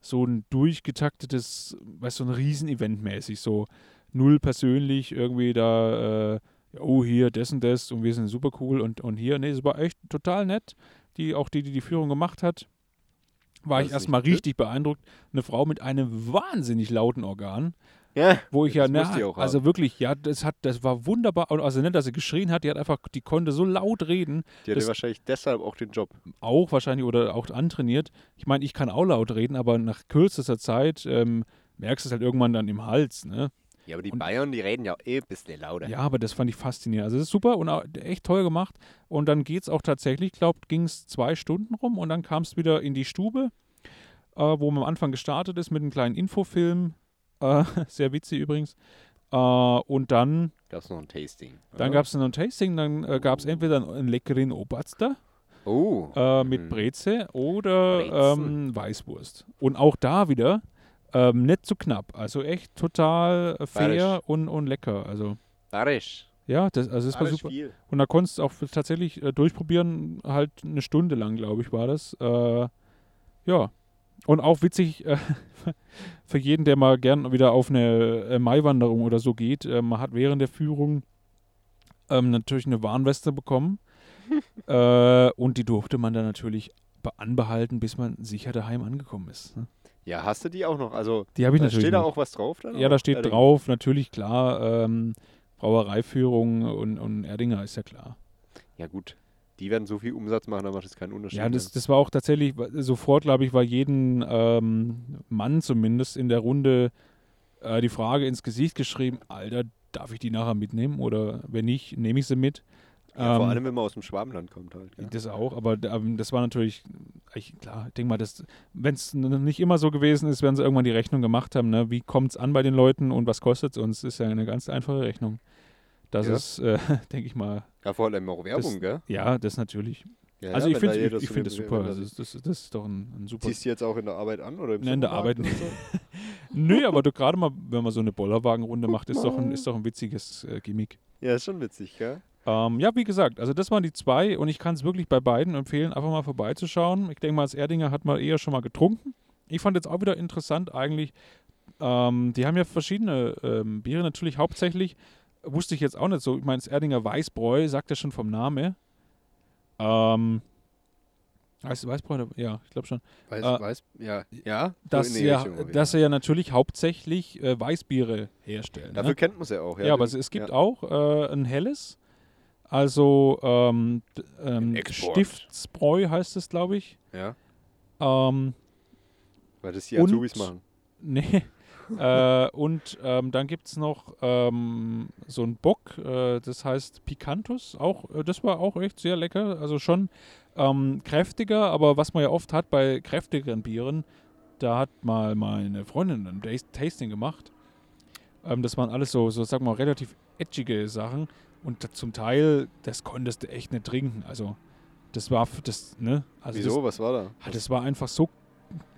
B: so ein durchgetaktetes, weißt du, so ein Riesen-Event mäßig, so null persönlich irgendwie da, äh, oh hier, das und das und wir sind super cool und, und hier. Nee, es war echt total nett, die auch die, die die Führung gemacht hat. War
A: War
B: ich
A: es
B: erstmal
A: nicht blöd?
B: richtig beeindruckt. Eine Frau mit einem wahnsinnig lauten Organ.
A: Ja.
B: Wo ich ja,
A: Das
B: na,
A: muss die auch
B: also wirklich, ja, das hat, das war wunderbar. Und also nicht, dass sie geschrien hat, die hat einfach, die konnte so laut reden,
A: Die hatte
B: Das-
A: wahrscheinlich deshalb auch den Job.
B: auch wahrscheinlich oder auch antrainiert. Ich meine, ich kann auch laut reden, aber nach kürzester Zeit ähm, merkst du es halt irgendwann dann im Hals, ne?
A: Ja, aber die
B: Und-
A: Bayern, die reden ja eh ein bisschen lauter.
B: Ja, aber das fand ich faszinierend. Also es ist super und auch echt toll gemacht. Und dann geht es auch tatsächlich, glaubt, ging es zwei Stunden rum und dann kam es wieder in die Stube, äh, wo man am Anfang gestartet ist mit einem kleinen Infofilm. Äh, sehr witzig übrigens. Äh, und dann,
A: Gab es noch ein Tasting.
B: dann gab es noch ein Tasting, dann äh, gab es entweder einen, einen leckeren Oberster
A: Oh.
B: äh, mit
A: Mhm.
B: Breze oder
A: Brezen.
B: ähm, Weißwurst. Und auch da wieder ähm, nicht zu knapp. Also echt total fair
A: Bayerisch.
B: und, und lecker. Also
A: Barisch.
B: ja, das, also es war
A: Barisch
B: super.
A: viel.
B: Und da konntest du auch tatsächlich äh, durchprobieren, halt eine Stunde lang, glaube ich, war das. Äh, ja. Und auch witzig äh, für jeden, der mal gern wieder auf eine äh, Maiwanderung oder so geht, äh, man hat während der Führung ähm, natürlich eine Warnweste bekommen. äh, und die durfte man dann natürlich be- anbehalten, bis man sicher daheim angekommen ist. Ne?
A: Ja, hast du die auch noch? Also,
B: Die habe ich
A: da
B: natürlich.
A: steht da
B: noch.
A: auch was drauf? Dann
B: ja,
A: oder?
B: da steht
A: Allerdings.
B: drauf, natürlich klar, ähm, Brauereiführung und, und Erdinger ist ja klar.
A: Ja, gut. Die werden so viel Umsatz machen, da macht es keinen Unterschied.
B: Ja, das,
A: mehr.
B: das war auch tatsächlich, wa- sofort, glaube ich, war jeden ähm, Mann zumindest in der Runde äh, die Frage ins Gesicht geschrieben, Alter, darf ich die nachher mitnehmen oder wenn nicht, nehme ich sie mit.
A: ja, vor
B: Ähm,
A: allem, wenn man aus dem Schwabenland kommt halt. Ja.
B: das auch, aber ähm, das war natürlich, ich, klar, ich denke mal, wenn es nicht immer so gewesen ist, werden sie irgendwann die Rechnung gemacht haben, ne? wie kommt es an bei den Leuten und was kostet es uns, ist ja eine ganz einfache Rechnung. Das
A: Ja.
B: ist, äh, denke ich mal,
A: ja, vor allem auch Werbung,
B: Das-
A: gell?
B: ja, das natürlich.
A: Ja,
B: also
A: ja,
B: ich
A: wenn da
B: finde
A: jeder
B: es ich
A: so
B: find
A: eine-
B: das super, Also
A: wenn da-
B: das ist, das, das ist doch ein, ein super
A: Ziehst du jetzt auch in der Arbeit an? Oder im
B: Nein, in der Arbeit
A: Supermarkt oder
B: Nö, aber du gerade mal, wenn man so eine Bollerwagenrunde macht, ist doch ein, ist doch ein witziges äh, Gimmick.
A: So? Ja, ist schon witzig, gell?
B: Ähm, ja, wie gesagt, also das waren die zwei und ich kann es wirklich bei beiden empfehlen, einfach mal vorbeizuschauen. Ich denke mal, als Erdinger hat man eher schon mal getrunken. Ich fand jetzt auch wieder interessant eigentlich, ähm, die haben ja verschiedene ähm, Biere natürlich hauptsächlich, wusste ich jetzt auch nicht so. Ich meine, das Erdinger Weißbräu sagt ja schon vom Name. Ähm, heißt es Weißbräu? oder- Ja, ich glaube schon.
A: Weiß,
B: Äh,
A: weiß, ja, ja. so in
B: Dass,
A: die
B: sie ja,
A: Richtung auf jeden
B: dass sie ja natürlich hauptsächlich äh, Weißbiere herstellen.
A: Fall.
B: ne?
A: Dafür kennt man es ja auch.
B: Ja,
A: Ja,
B: aber es,
A: den-
B: es gibt
A: ja.
B: auch äh, ein helles. Also ähm, d- ähm,
A: Export.
B: Stiftsbräu heißt es, glaube ich.
A: Ja,
B: Ähm,
A: weil das die
B: Und-
A: Azubis machen.
B: nee. äh, und ähm, dann gibt es noch ähm, so einen Bock, äh, das heißt Picantus. Auch, äh, das war auch echt sehr lecker. Also schon ähm, kräftiger, aber was man ja oft hat bei kräftigeren Bieren, da hat mal meine Freundin ein Tas- Tasting gemacht. Ähm, das waren alles so, so sag mal, relativ edgige Sachen. Und da- zum Teil, das konntest du echt nicht trinken. Also, das war, f- das, ne? Also
A: Wieso? Was war da?
B: Das, ah, das war einfach so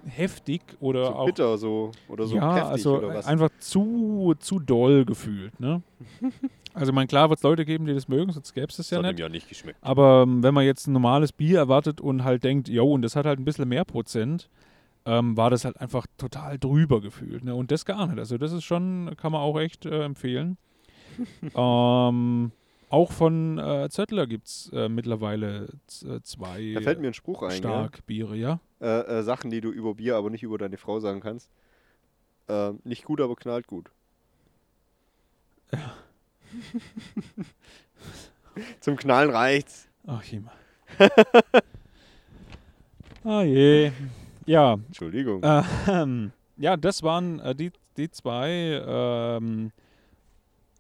B: heftig oder
A: so
B: auch.
A: bitter so oder so
B: ja,
A: kräftig
B: also
A: oder was?
B: einfach zu, zu doll gefühlt, ne? Also, ich meine, klar wird es Leute geben, die das mögen, sonst gäbe es das ja nicht.
A: ja nicht geschmeckt.
B: Aber ähm, wenn man jetzt ein normales Bier erwartet und halt denkt, jo, und das hat halt ein bisschen mehr Prozent, ähm, war das halt einfach total drüber gefühlt. Ne? Und das gar nicht. Also das ist schon, kann man auch echt äh, empfehlen. ähm, auch von äh, Zöttler gibt es äh, mittlerweile z- äh, zwei
A: Da fällt mir ein Spruch ein, gell?
B: stark Biere, ja.
A: Äh, äh, Sachen, die du über Bier, aber nicht über deine Frau sagen kannst. Äh, nicht gut, aber knallt gut. Zum Knallen reicht's.
B: Ach jemand. ah je. Ja,
A: Entschuldigung.
B: Ähm, ja, das waren äh, die, die zwei ähm,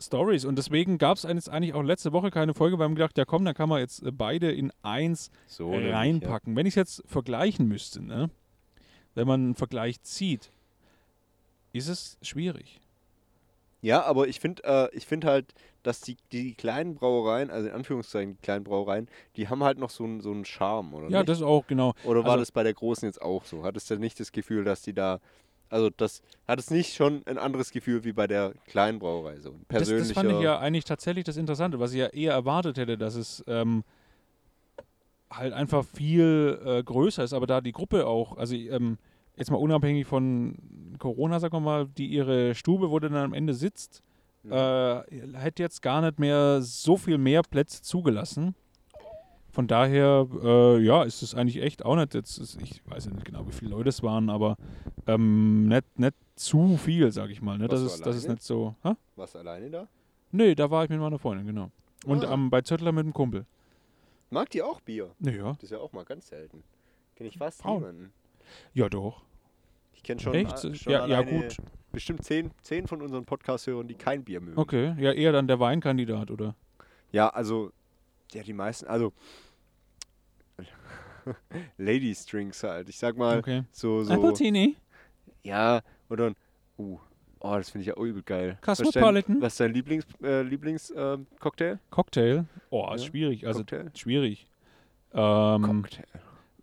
B: Stories. Und deswegen gab es eigentlich auch letzte Woche keine Folge, weil wir haben gedacht, ja komm, dann kann man jetzt äh, beide in eins
A: so
B: reinpacken. Wenn ich es jetzt vergleichen müsste, ne? wenn man einen Vergleich zieht, ist es schwierig.
A: Ja, aber ich finde äh, ich find halt, dass die, die kleinen Brauereien, also in Anführungszeichen die kleinen Brauereien, die haben halt noch so einen so einen Charme, oder
B: Ja,
A: nicht?
B: das auch, genau.
A: Oder war
B: also-
A: das bei der Großen jetzt auch so? Hattest du nicht das Gefühl, dass die da, also das, hat es nicht schon ein anderes Gefühl wie bei der kleinen Brauerei so? Ein
B: Das, das
A: persönlicher,
B: fand ich ja eigentlich tatsächlich das Interessante, was ich ja eher erwartet hätte, dass es ähm, halt einfach viel äh, größer ist, aber da die Gruppe auch, also ähm, jetzt mal unabhängig von Corona, sagen wir mal, die ihre Stube, wo du dann am Ende sitzt,
A: Mhm.
B: äh, hätte jetzt gar nicht mehr so viel mehr Plätze zugelassen. Von daher, äh, ja, ist es eigentlich echt auch nicht, jetzt ist, ich weiß ja nicht genau, wie viele Leute es waren, aber ähm, nicht, nicht zu viel, sag ich mal. Ne? Das,
A: Warst du
B: ist, das ist
A: alleine?
B: nicht so. Hä?
A: Warst du alleine da?
B: Nee, da war ich mit meiner Freundin, genau. Und
A: Ah.
B: am, bei Zöttler mit dem Kumpel.
A: Mag die auch Bier?
B: Naja,
A: Das ist ja auch mal ganz selten. Kenne ich fast
B: Braun.
A: niemanden.
B: ja doch.
A: Ich kenne schon,
B: Echt?
A: a- schon
B: Ja, ja,
A: alleine
B: gut.
A: bestimmt zehn, zehn von unseren Podcast-Hörern, die kein Bier mögen.
B: Okay, ja, eher dann der Weinkandidat, oder?
A: Ja, also, ja, die meisten, also Ladies Drinks halt. Ich sag mal,
B: Okay.
A: so, so.
B: Ein Martini?
A: Ja, oder ein, uh, oh, das finde ich ja übel geil. Was ist dein-
B: Cosmopolitan?
A: Was ist dein Lieblings, äh, Lieblings ähm, Cocktail?
B: Cocktail? Oh, ist
A: Ja,
B: schwierig. Also,
A: Cocktail?
B: schwierig. Ähm,
A: Cocktail.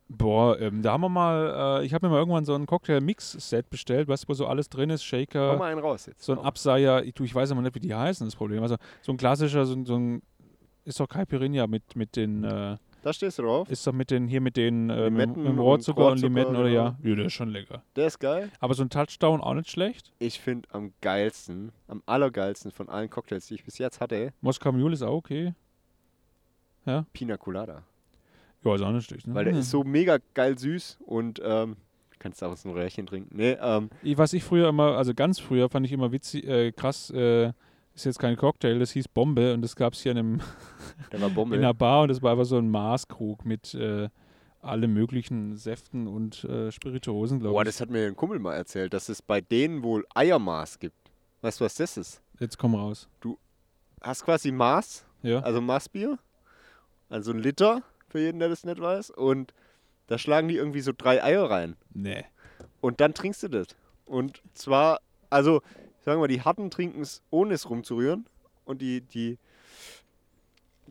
B: boah, ähm, da haben wir mal, äh, ich habe mir mal irgendwann so einen Cocktail-Mix-Set bestellt, weißt du, wo so alles drin ist,
A: Hau
B: Shaker,
A: mal einen raus jetzt.
B: so ein Abseier, ich, du, ich weiß aber nicht, wie die heißen, das Problem. Also so ein klassischer, so, ein- so ein, ist doch Caipirinha mit, mit den, äh,
A: Da stehst du drauf.
B: ist doch mit den, hier mit den, äh, mit,
A: Limetten
B: mit
A: und
B: dem Rohrzucker und
A: Rohrzucker,
B: Limetten oder
A: genau.
B: ja. Ja, der ist schon lecker.
A: Der ist geil.
B: Aber so ein Touchdown auch nicht schlecht.
A: Ich finde am geilsten, am allergeilsten von allen Cocktails, die ich bis jetzt hatte,
B: Moskau Mule ist auch okay.
A: Pina Colada.
B: Ja, ist auch nicht schlecht. Ne?
A: Weil der ist so mega geil süß und ähm, kannst du aus einem Röhrchen trinken. Nee, ähm,
B: Ich- Was ich früher immer, also ganz früher fand ich immer witzig, äh, krass, äh, ist jetzt kein Cocktail, das hieß Bombe und das gab es hier in, einem,
A: der war
B: in
A: Bombe.
B: einer Bar und das war einfach so ein Maßkrug mit äh, allem möglichen Säften und äh, Spirituosen, glaube
A: Boah,
B: ich.
A: das hat mir ein Kumpel mal erzählt, dass es bei denen wohl Eiermaß gibt. Weißt du, was das ist?
B: Jetzt komm raus.
A: Hast quasi Maß,
B: Ja.
A: also Maßbier, also ein Liter, für jeden, der das nicht weiß. Und da schlagen die irgendwie so drei Eier rein.
B: nee.
A: Und dann trinkst du das. Und zwar, also, sagen wir mal, die Harten trinken es, ohne es rumzurühren. Und die, die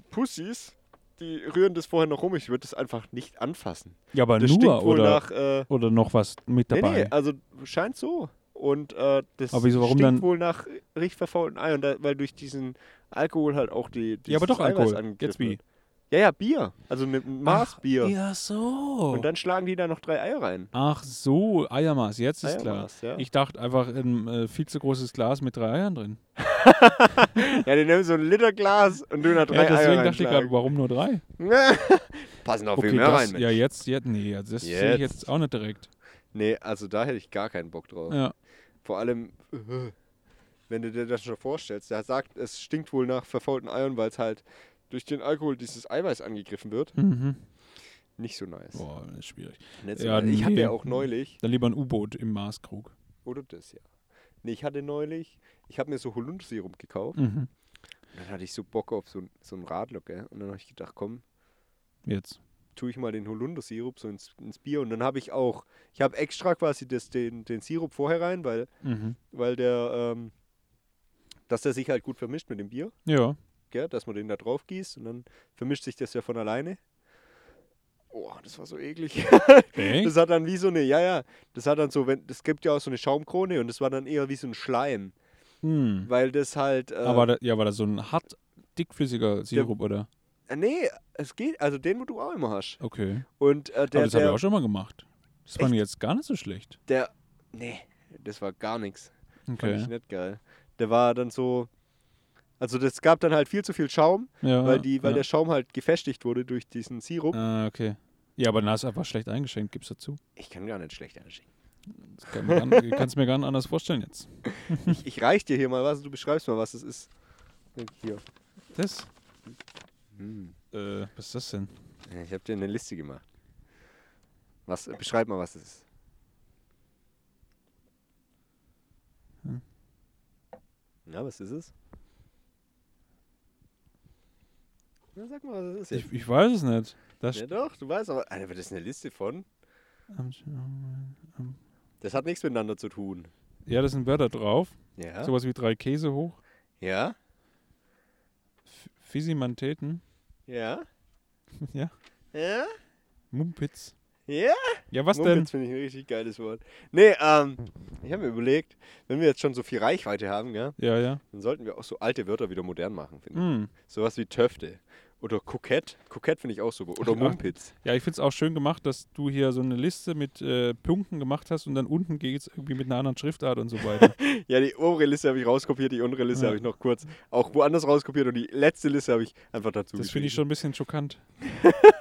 A: Pussys, die rühren das vorher noch rum. Ich würde das einfach nicht anfassen.
B: Ja, aber
A: Das
B: nur
A: stinkt wohl
B: oder,
A: nach. Äh,
B: oder noch was mit
A: nee,
B: dabei.
A: nee, also scheint so. Und äh, das
B: Aber wieso, warum
A: stinkt
B: dann-
A: wohl nach richtig verfaulten Eiern, da, weil durch diesen Alkohol halt auch die.
B: ja,
A: dieses
B: aber doch
A: Eiweiß
B: Alkohol.
A: angegriffen
B: Jetzt wie?
A: wird. Ja, ja, Bier. Also mit einem Maß
B: Ach,
A: Bier.
B: Ja, so.
A: Und dann schlagen die da noch drei Eier rein.
B: Ach so, Eiermaß, jetzt ist
A: Eiermaß,
B: klar.
A: ja.
B: Ich dachte einfach ein äh, viel zu großes Glas mit drei Eiern drin.
A: Ja, die nehmen so ein Liter Glas und tun da drei
B: ja, deswegen
A: Eier
B: dachte ich
A: reinschlagen.
B: gerade, warum nur drei?
A: Passen auf
B: Okay,
A: viel mehr
B: das,
A: rein, Mensch.
B: ja, jetzt, jetzt, nee, also das sehe ich
A: Jetzt.
B: jetzt auch nicht direkt.
A: Nee, also da hätte ich gar keinen Bock drauf.
B: Ja.
A: Vor allem, äh, wenn du dir das schon vorstellst, der sagt, es stinkt wohl nach verfaulten Eiern, weil es halt durch den Alkohol dieses Eiweiß angegriffen wird.
B: Mhm.
A: Nicht so nice.
B: Boah, das ist schwierig.
A: Nicht so
B: ja,
A: nice. äh, Ich hatte
B: nee.
A: ja auch neulich,
B: Dann lieber ein U-Boot im Maßkrug.
A: oder das ja. Nee, ich hatte neulich, ich habe mir so Holundersirup gekauft.
B: Mhm.
A: Und dann hatte ich so Bock auf so, ein- so einen Radler, gell? Und dann habe ich gedacht, komm,
B: Jetzt.
A: tue ich mal den Holundersirup so ins, ins Bier. Und dann habe ich auch, ich habe extra quasi das, den, den Sirup vorher rein, weil
B: Mhm.
A: weil der, ähm, dass der sich halt gut vermischt mit dem Bier,
B: Ja.
A: gell? dass man den da drauf gießt und dann vermischt sich das ja von alleine. Oh, das war so eklig.
B: Echt?
A: Das hat dann wie so eine, ja, ja, das hat dann so, wenn, das gibt ja auch so eine Schaumkrone und das war dann eher wie so ein Schleim,
B: Hm.
A: weil das halt, äh,
B: Aber da, ja, war das so ein hart dickflüssiger Sirup, oder?
A: äh, nee, es geht, also den, wo du auch immer hast.
B: Okay.
A: Und äh,
B: Aber
A: der,
B: das habe ich
A: der,
B: auch schon mal gemacht. Das war mir jetzt gar nicht so schlecht.
A: der, nee, das war gar nichts. Fand ich
B: Okay.
A: nicht geil. Der war dann so, also das gab dann halt viel zu viel Schaum
B: Ja,
A: weil, die, weil
B: Ah, ja.
A: der Schaum halt gefestigt wurde durch diesen Sirup.
B: Ah, okay. Ja, aber na, ist einfach schlecht eingeschenkt, gib's dazu.
A: Ich kann gar nicht schlecht einschenken.
B: Das kann man gar, kannst mir gar nicht anders vorstellen jetzt.
A: Ich, ich reich dir hier mal was, du beschreibst mal, was es ist. Hier.
B: Das?
A: Hm.
B: Äh, was ist das denn?
A: Ich habe dir eine Liste gemacht. Was, beschreib mal, was es ist.
B: Hm.
A: Na, was ist es? Na, sag mal, was es ist jetzt.
B: Ich, ich weiß es nicht. Das
A: Ja doch, du weißt aber. Alter, das ist eine Liste von. Das hat nichts miteinander zu tun.
B: Ja, das sind Wörter drauf.
A: Ja?
B: Sowas wie drei Käse hoch.
A: Ja?
B: F- Fisimantäten.
A: Ja?
B: ja.
A: Ja?
B: Mumpitz.
A: Ja?
B: Ja, was
A: Mumpitz finde ich ein richtig geiles Wort. Nee, ähm, ich habe mir überlegt, wenn wir jetzt schon so viel Reichweite haben, gell,
B: denn? Ja, ja.
A: dann sollten wir auch so alte Wörter wieder modern machen, finde ich.
B: Hm.
A: Sowas wie Töfte Oder Kokett. Kokett finde ich auch super. Oder
B: Ja.
A: Mumpitz.
B: Ja, ich finde es auch schön gemacht, dass du hier so eine Liste mit äh, Punkten gemacht hast und dann unten geht es irgendwie mit einer anderen Schriftart und so weiter.
A: Ja, die obere Liste habe ich rauskopiert, die untere Liste
B: Ja.
A: habe ich noch kurz auch woanders rauskopiert und die letzte Liste habe ich einfach dazu
B: das finde ich schon ein bisschen schockant.
A: geschrieben.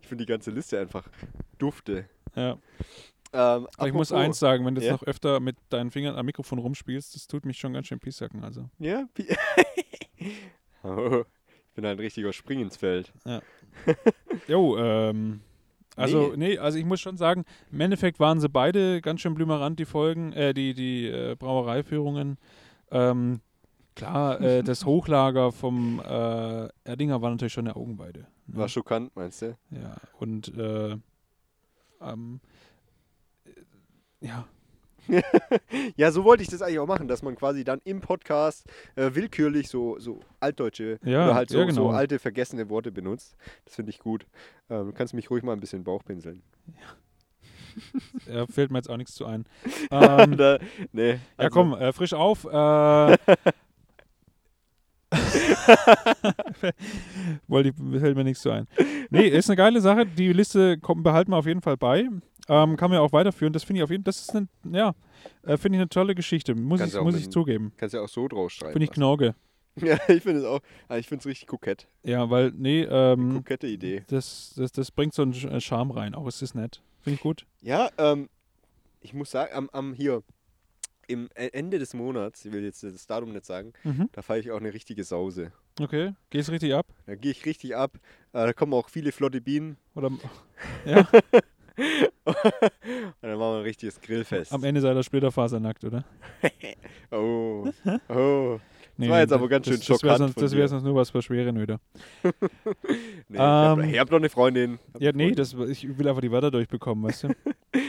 A: Ich finde die ganze Liste einfach dufte.
B: Ja.
A: Ähm,
B: Aber ich muss
A: apropos-
B: eins sagen, wenn du jetzt
A: Ja?
B: noch öfter mit deinen Fingern am Mikrofon rumspielst, das tut mich schon ganz schön piesacken. Also.
A: Ja, Pi- oh, ich bin ein richtiger Spring ins Feld.
B: Jo, ähm, also nee. also ich muss schon sagen, im Endeffekt waren sie beide ganz schön blümerant, die Folgen, äh, die, die äh, Brauereiführungen. Ähm, klar, äh, das Hochlager vom äh, Erdinger war natürlich schon eine Augenweide. ne?
A: War schockant, meinst du?
B: Ja, und äh, ähm, äh, ja,
A: Ja, so wollte ich das eigentlich auch machen, dass man quasi dann im Podcast äh, willkürlich so, so altdeutsche
B: Ja,
A: oder halt so,
B: ja,
A: so
B: genau.
A: alte, vergessene Worte benutzt. Das finde ich gut. Ähm, du kannst mich ruhig mal ein bisschen Bauchpinseln.
B: äh, fällt mir jetzt auch nichts zu ein. Ähm,
A: Oder, nee,
B: Ja,
A: also-
B: komm, äh, frisch auf. Äh, wollte ich, fällt mir nichts so ein. Nee, ist eine geile Sache. Die Liste kommt, behalten wir auf jeden Fall bei. Ähm, kann man ja auch weiterführen. Das finde ich auf jeden Fall, das ist eine, ja, äh, finde ich eine tolle Geschichte. Muss
A: Kannst
B: ich,
A: auch
B: muss
A: mit
B: ich
A: dem-
B: zugeben.
A: Kannst ja auch so draus schreiben.
B: Finde ich Knorge.
A: Ja, ich finde es auch. ah, Ich finde es richtig kokett.
B: Ja, weil, nee, ähm,
A: Kokette Idee.
B: das, das, das bringt so einen Sch- äh, Charme rein. Auch ist das nett. Finde ich gut.
A: Ja, ähm, ich muss sagen, am, am hier, im E- Ende des Monats, ich will jetzt das Datum nicht sagen,
B: Mhm.
A: da fahre ich auch eine richtige Sause.
B: Okay, geht's richtig ab?
A: Da gehe ich richtig ab. Äh, da kommen auch viele flotte Bienen.
B: Oder
A: Und dann machen wir ein richtiges Grillfest.
B: am Ende sei der Splitterfaser nackt, oder?
A: Oh. Oh. war jetzt aber ganz schön
B: Das wäre
A: schockant
B: sonst,
A: von
B: das wär
A: dir.
B: sonst nur was für schwere Nöte.
A: Nee, ich habe
B: Ähm.
A: ich hab noch eine Freundin. Ich hab
B: Ja,
A: eine
B: nee,
A: Freundin.
B: das, ich will einfach die Wörter durchbekommen, weißt du?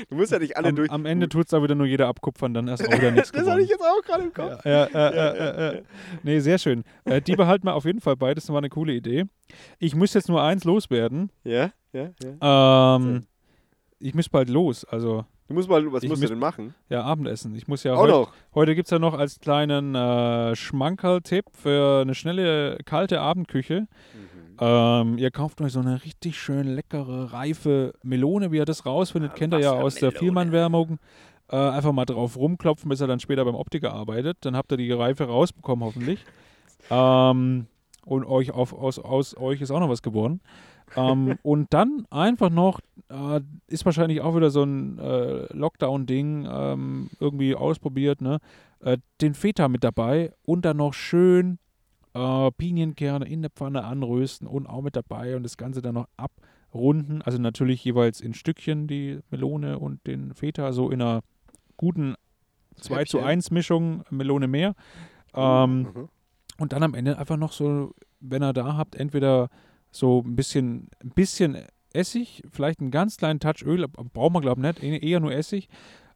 A: Du musst ja nicht alle
B: am,
A: durch.
B: am Ende tut es aber wieder nur jeder abkupfern, dann erst auch wieder nichts
A: das hatte ich
B: gewonnen.
A: jetzt auch gerade im Kopf.
B: Ja, ja, äh, äh, äh, äh. Nee, sehr schön. Äh, die behalten wir auf jeden Fall bei, das war eine coole Idee. Ich muss jetzt nur eins loswerden.
A: Ja, ja, ja.
B: Ähm, ich muss bald los, also
A: Du musst mal, was
B: Ich
A: musst du
B: müß-
A: denn machen?
B: ja, Abendessen. Ich muss ja
A: Auch
B: heute,
A: noch.
B: heute gibt es ja noch als kleinen äh, Schmankerl-Tipp für eine schnelle, kalte Abendküche. Ähm, ihr kauft euch so eine richtig schön leckere, reife Melone, wie ihr das rausfindet,
A: Ah,
B: kennt ihr
A: was
B: ja
A: für
B: aus der
A: Melone.
B: Vielmann-Wärmung. Äh, einfach mal drauf rumklopfen, bis er dann später beim Optiker arbeitet. Dann habt ihr die Reife rausbekommen, hoffentlich. ähm, und euch auf, aus, aus euch ist auch noch was geworden. Ähm, und dann einfach noch, äh, ist wahrscheinlich auch wieder so ein äh, Lockdown-Ding ähm, irgendwie ausprobiert, ne? Äh, den Feta mit dabei und dann noch schön äh, Pinienkerne in der Pfanne anrösten und auch mit dabei und das Ganze dann noch abrunden. Also natürlich jeweils in Stückchen die Melone und den Feta, so in einer guten 2 zu
A: Häppchen.
B: 1 Mischung Melone mehr. Ähm,
A: Mhm.
B: und dann am Ende einfach noch so, wenn ihr da habt, entweder so ein bisschen, ein bisschen Essig, vielleicht einen ganz kleinen Touch Öl, ab- braucht man glaube ich nicht, eh- eher nur Essig.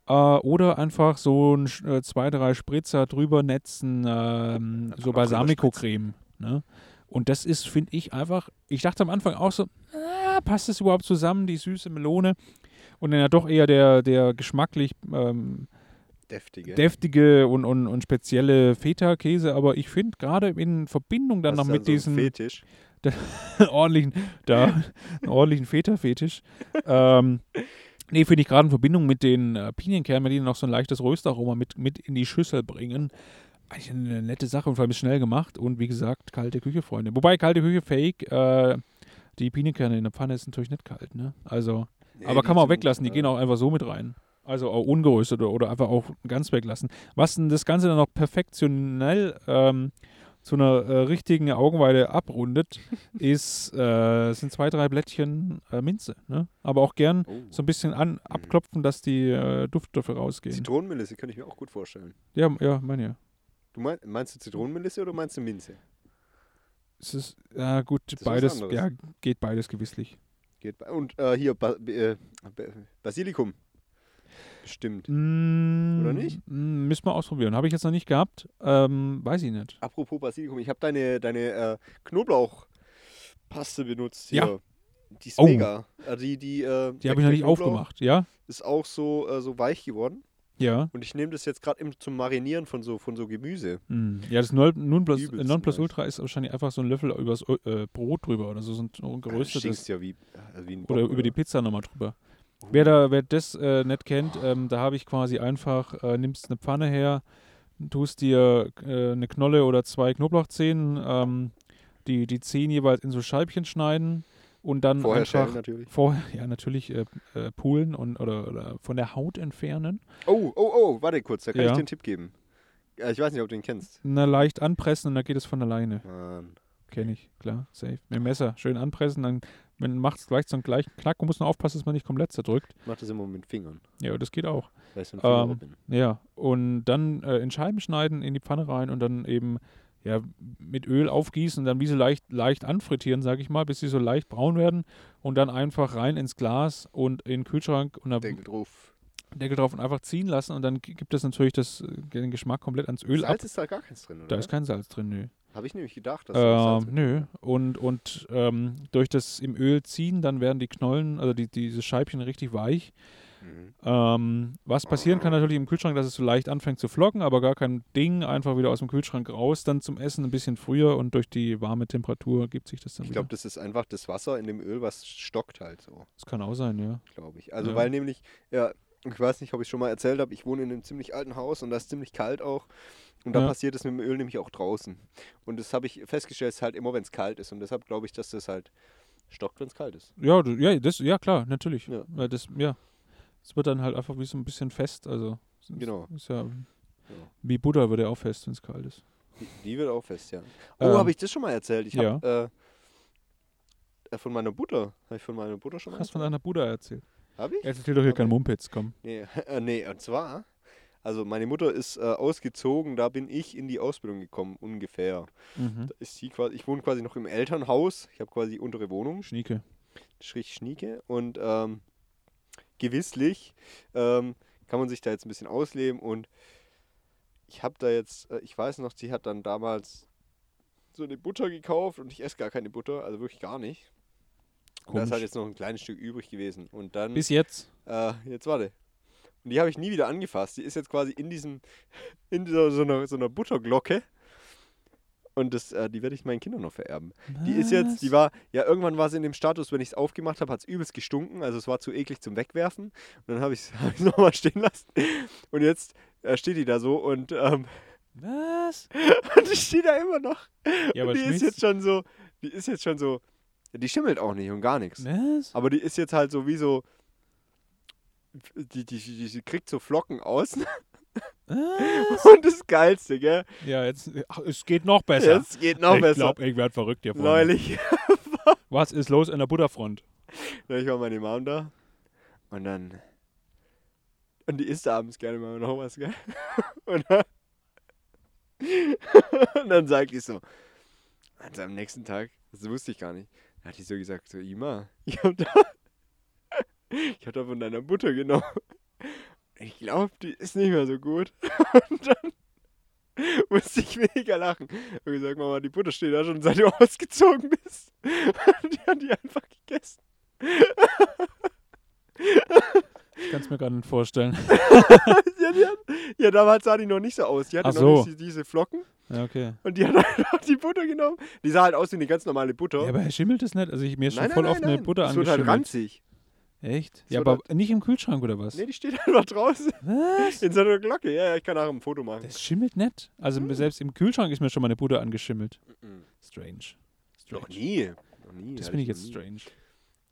B: Äh, oder einfach so ein, Sch- äh, zwei, drei Spritzer drüber netzen, ähm, so
A: man drüber
B: Balsamico-Creme. Ne? Und das ist, finde ich, einfach, ich dachte am Anfang auch so, ah, passt das überhaupt zusammen, die süße Melone? Und dann ja doch eher der, der geschmacklich ähm,
A: Deftige.
B: deftige und, und, und spezielle Feta-Käse, aber ich finde gerade in Verbindung dann
A: Hast
B: noch
A: du
B: mit
A: so einen
B: diesem
A: Fetisch.
B: ordentlichen, da, einen ordentlichen Feta-Fetisch, ähm, nee, finde ich gerade in Verbindung mit den äh, Pinienkernen, die noch so ein leichtes Röstaroma mit, mit in die Schüssel bringen, eigentlich eine nette Sache und vor allem ist schnell gemacht und wie gesagt, kalte Küche, Freunde. Wobei, kalte Küche, Fake, äh, die Pinienkerne in der Pfanne ist natürlich nicht kalt, ne? Also,
A: Nee,
B: aber kann man auch
A: sind,
B: weglassen, die
A: äh,
B: gehen auch einfach so mit rein. Also auch ungeröstet oder- oder einfach auch ganz weglassen. Was denn das Ganze dann noch perfektionell ähm, zu einer äh, richtigen Augenweide abrundet, ist, äh, sind zwei, drei Blättchen äh, Minze. Ne? Aber auch gern
A: Oh.
B: so ein bisschen an, abklopfen, dass die äh, Duftstoffe rausgehen.
A: Zitronenmelisse könnte ich mir auch gut vorstellen.
B: Ja, ja, meine ja.
A: Du mein, meinst du Zitronenmelisse oder meinst du Minze?
B: Es ist, ja gut,
A: ist was
B: beides,
A: anderes.
B: ja, geht beides gewisslich.
A: Geht bei, und äh, hier ba, b- äh, b- Basilikum. Bestimmt.
B: Mm,
A: Oder nicht?
B: Mm, müssen wir ausprobieren. Habe ich jetzt noch nicht gehabt. Ähm, weiß ich nicht.
A: Apropos Basilikum, ich habe deine, deine äh, Knoblauchpaste benutzt hier.
B: Ja.
A: Die ist
B: Oh.
A: mega. Äh, die die, äh,
B: Die
A: der-
B: habe ich noch
A: der
B: nicht
A: Knoblauch
B: aufgemacht, ja?
A: Ist auch so, äh, so weich geworden.
B: Ja.
A: Und ich nehme das jetzt gerade im- zum Marinieren von so, von so Gemüse.
B: Mm. Ja, das Nol- Nonplus,
A: Übelst
B: Nonplusultra ist wahrscheinlich einfach so ein Löffel übers Ö- äh, Brot drüber oder so, so ein geröstetes.
A: Äh, stinkst ja wie, also wie ein
B: Oder
A: Bock,
B: über die Pizza nochmal drüber.
A: Oh.
B: Wer, da, wer das äh, nicht kennt, ähm, da habe ich quasi einfach, äh, nimmst eine Pfanne her, tust dir äh, eine Knolle oder zwei Knoblauchzehen, ähm, die, die Zehen jeweils in so Scheibchen schneiden und dann
A: Vorher
B: einfach
A: schälen natürlich.
B: vorher, ja natürlich, äh, äh, poolen und, oder, oder von der Haut entfernen.
A: Oh, oh, oh, warte kurz, da kann
B: Ja.
A: ich dir einen Tipp geben. Ja, ich weiß nicht, ob du den kennst.
B: Na, leicht anpressen und dann geht es von alleine.
A: Mann.
B: Kenne ich, klar, safe. Mit dem Messer schön anpressen, dann man macht es gleich so einen gleichen Knack und muss nur aufpassen, dass man nicht komplett zerdrückt.
A: Ich mach das immer mit den Fingern,
B: Ja, das geht auch.
A: weil ich so ein
B: Ähm,
A: Fingerrob bin.
B: Ja, und dann äh, in Scheiben schneiden, in die Pfanne rein und dann eben ja, mit Öl aufgießen und dann wie so leicht, leicht anfrittieren, sage ich mal, bis sie so leicht braun werden und dann einfach rein ins Glas und in den Kühlschrank und dann
A: Deckel drauf.
B: Deckel drauf und einfach ziehen lassen und dann g- gibt es natürlich das, äh, den Geschmack komplett ans Öl ab.
A: Salz ist da gar keins drin,
B: Da
A: oder?
B: ist kein Salz drin, nö.
A: Habe ich nämlich gedacht, dass da Salz
B: Ähm,
A: drin
B: nö. Und, und ähm, durch das im Öl ziehen, dann werden die Knollen, also die, diese Scheibchen richtig weich.
A: Mhm.
B: Ähm, was passieren kann natürlich im Kühlschrank, dass es so leicht anfängt zu flocken, aber gar kein Ding. Einfach wieder aus dem Kühlschrank raus, dann zum Essen ein bisschen früher und durch die warme Temperatur gibt sich das dann
A: Ich
B: wieder.
A: glaube, das ist einfach das Wasser in dem Öl, was stockt halt so,
B: das kann auch sein, ja.
A: glaube ich. Also,
B: Ja.
A: weil nämlich, ja, ich weiß nicht, ob ich schon mal erzählt habe, ich wohne in einem ziemlich alten Haus und da ist ziemlich kalt auch. Und da
B: Ja.
A: passiert es mit dem Öl nämlich auch draußen. Und das habe ich festgestellt, ist halt immer, wenn es kalt ist. Und deshalb glaube ich, dass das halt stockt, wenn es kalt ist.
B: Ja, du, ja, das, ja klar, natürlich.
A: Ja.
B: Weil das, ja. Es wird dann halt einfach wie so ein bisschen fest. Also es ist-
A: Genau.
B: Ist ja, Wie Buddha wird er auch fest, wenn es kalt ist.
A: Die, die wird auch fest, ja. Oh,
B: Ähm,
A: habe ich das schon mal erzählt? Ich habe äh, äh, von meiner Butter. Habe ich von meiner Butter schon mal
B: Hast
A: erzählt?
B: von deiner Buddha erzählt.
A: Habe ich?
B: Jetzt erzähl doch hier
A: Okay.
B: keinen Mumpitz, komm.
A: Nee, äh, nee, und zwar, also meine Mutter ist äh, ausgezogen, da bin ich in die Ausbildung gekommen, ungefähr.
B: Mhm.
A: Da ist sie quasi, ich wohne quasi noch im Elternhaus, ich habe quasi untere Wohnung,
B: Schnieke.
A: Strich Schnieke und ähm, gewisslich ähm, kann man sich da jetzt ein bisschen ausleben und ich habe da jetzt, äh, ich weiß noch, sie hat dann damals so eine Butter gekauft und ich esse gar keine Butter, also wirklich gar nicht. Und Da ist
B: Komisch.
A: halt jetzt noch ein kleines Stück übrig gewesen und dann
B: Bis jetzt.
A: äh, jetzt warte. Und die habe ich nie wieder angefasst. Die ist jetzt quasi in diesem, in dieser, so einer, so einer Butterglocke. Und das, äh, die werde ich meinen Kindern noch vererben. Die ist jetzt, die war, ja, irgendwann war sie in dem Status, wenn ich es aufgemacht habe, hat es übelst gestunken. Also es war zu eklig zum Wegwerfen. Und dann habe ich es hab nochmal stehen lassen. Und jetzt äh, steht die da so und, ähm,
B: Was?
A: und ich stehe da immer noch.
B: Ja,
A: und
B: aber
A: die ist
B: schmilzt-
A: jetzt schon so, die ist jetzt schon so, die schimmelt auch nicht und gar nichts.
B: Was?
A: Aber die ist jetzt halt so wie so. Die, die, die, die kriegt so Flocken außen.
B: Was?
A: Und das Geilste, gell?
B: Ja, jetzt. Ach, es geht noch besser.
A: Es geht noch
B: ich
A: besser.
B: glaub, ich werde verrückt hier vorne.
A: Neulich,
B: Was ist los in der Butterfront?
A: neulich war meine Mom da. Und dann. Und die isst abends gerne mal noch was, gell? Und dann, und dann sagt die so. Also am nächsten Tag, das wusste ich gar nicht, dann hat die so gesagt: So, Ima, ich hab da. Ich hab da von deiner Butter genommen. Ich glaube, die ist nicht mehr so gut. Und dann musste ich mega lachen. Und gesagt, Mama, die Butter steht da schon, seit du ausgezogen bist. Und die hat die einfach gegessen.
B: Ich kann es mir gar nicht vorstellen.
A: Ja, die hat, ja, damals sah die noch nicht so aus. Die hatte
B: Ach
A: noch
B: so.
A: nicht die- diese Flocken
B: Ja, okay.
A: und die hat einfach die Butter genommen. Die sah halt aus wie eine ganz normale Butter.
B: Ja, aber er schimmelt es nicht. Also ich, mir ist schon
A: nein,
B: voll
A: nein,
B: oft
A: nein,
B: eine
A: nein.
B: Butter
A: Es wird halt
B: angeschimmelt.
A: ranzig.
B: Echt?
A: Es
B: Ja,
A: wird
B: aber nicht im Kühlschrank oder was?
A: Nee, die steht einfach draußen
B: Was?
A: in so einer Glocke. Ja, ja, ich kann nachher ein Foto machen.
B: Das schimmelt nicht. Also
A: Hm.
B: selbst im Kühlschrank ist mir schon mal eine Butter angeschimmelt.
A: Mhm.
B: Strange.
A: Noch
B: Strange.
A: nie. Noch nie.
B: Das
A: hatte
B: finde ich
A: noch
B: jetzt
A: nie.
B: strange.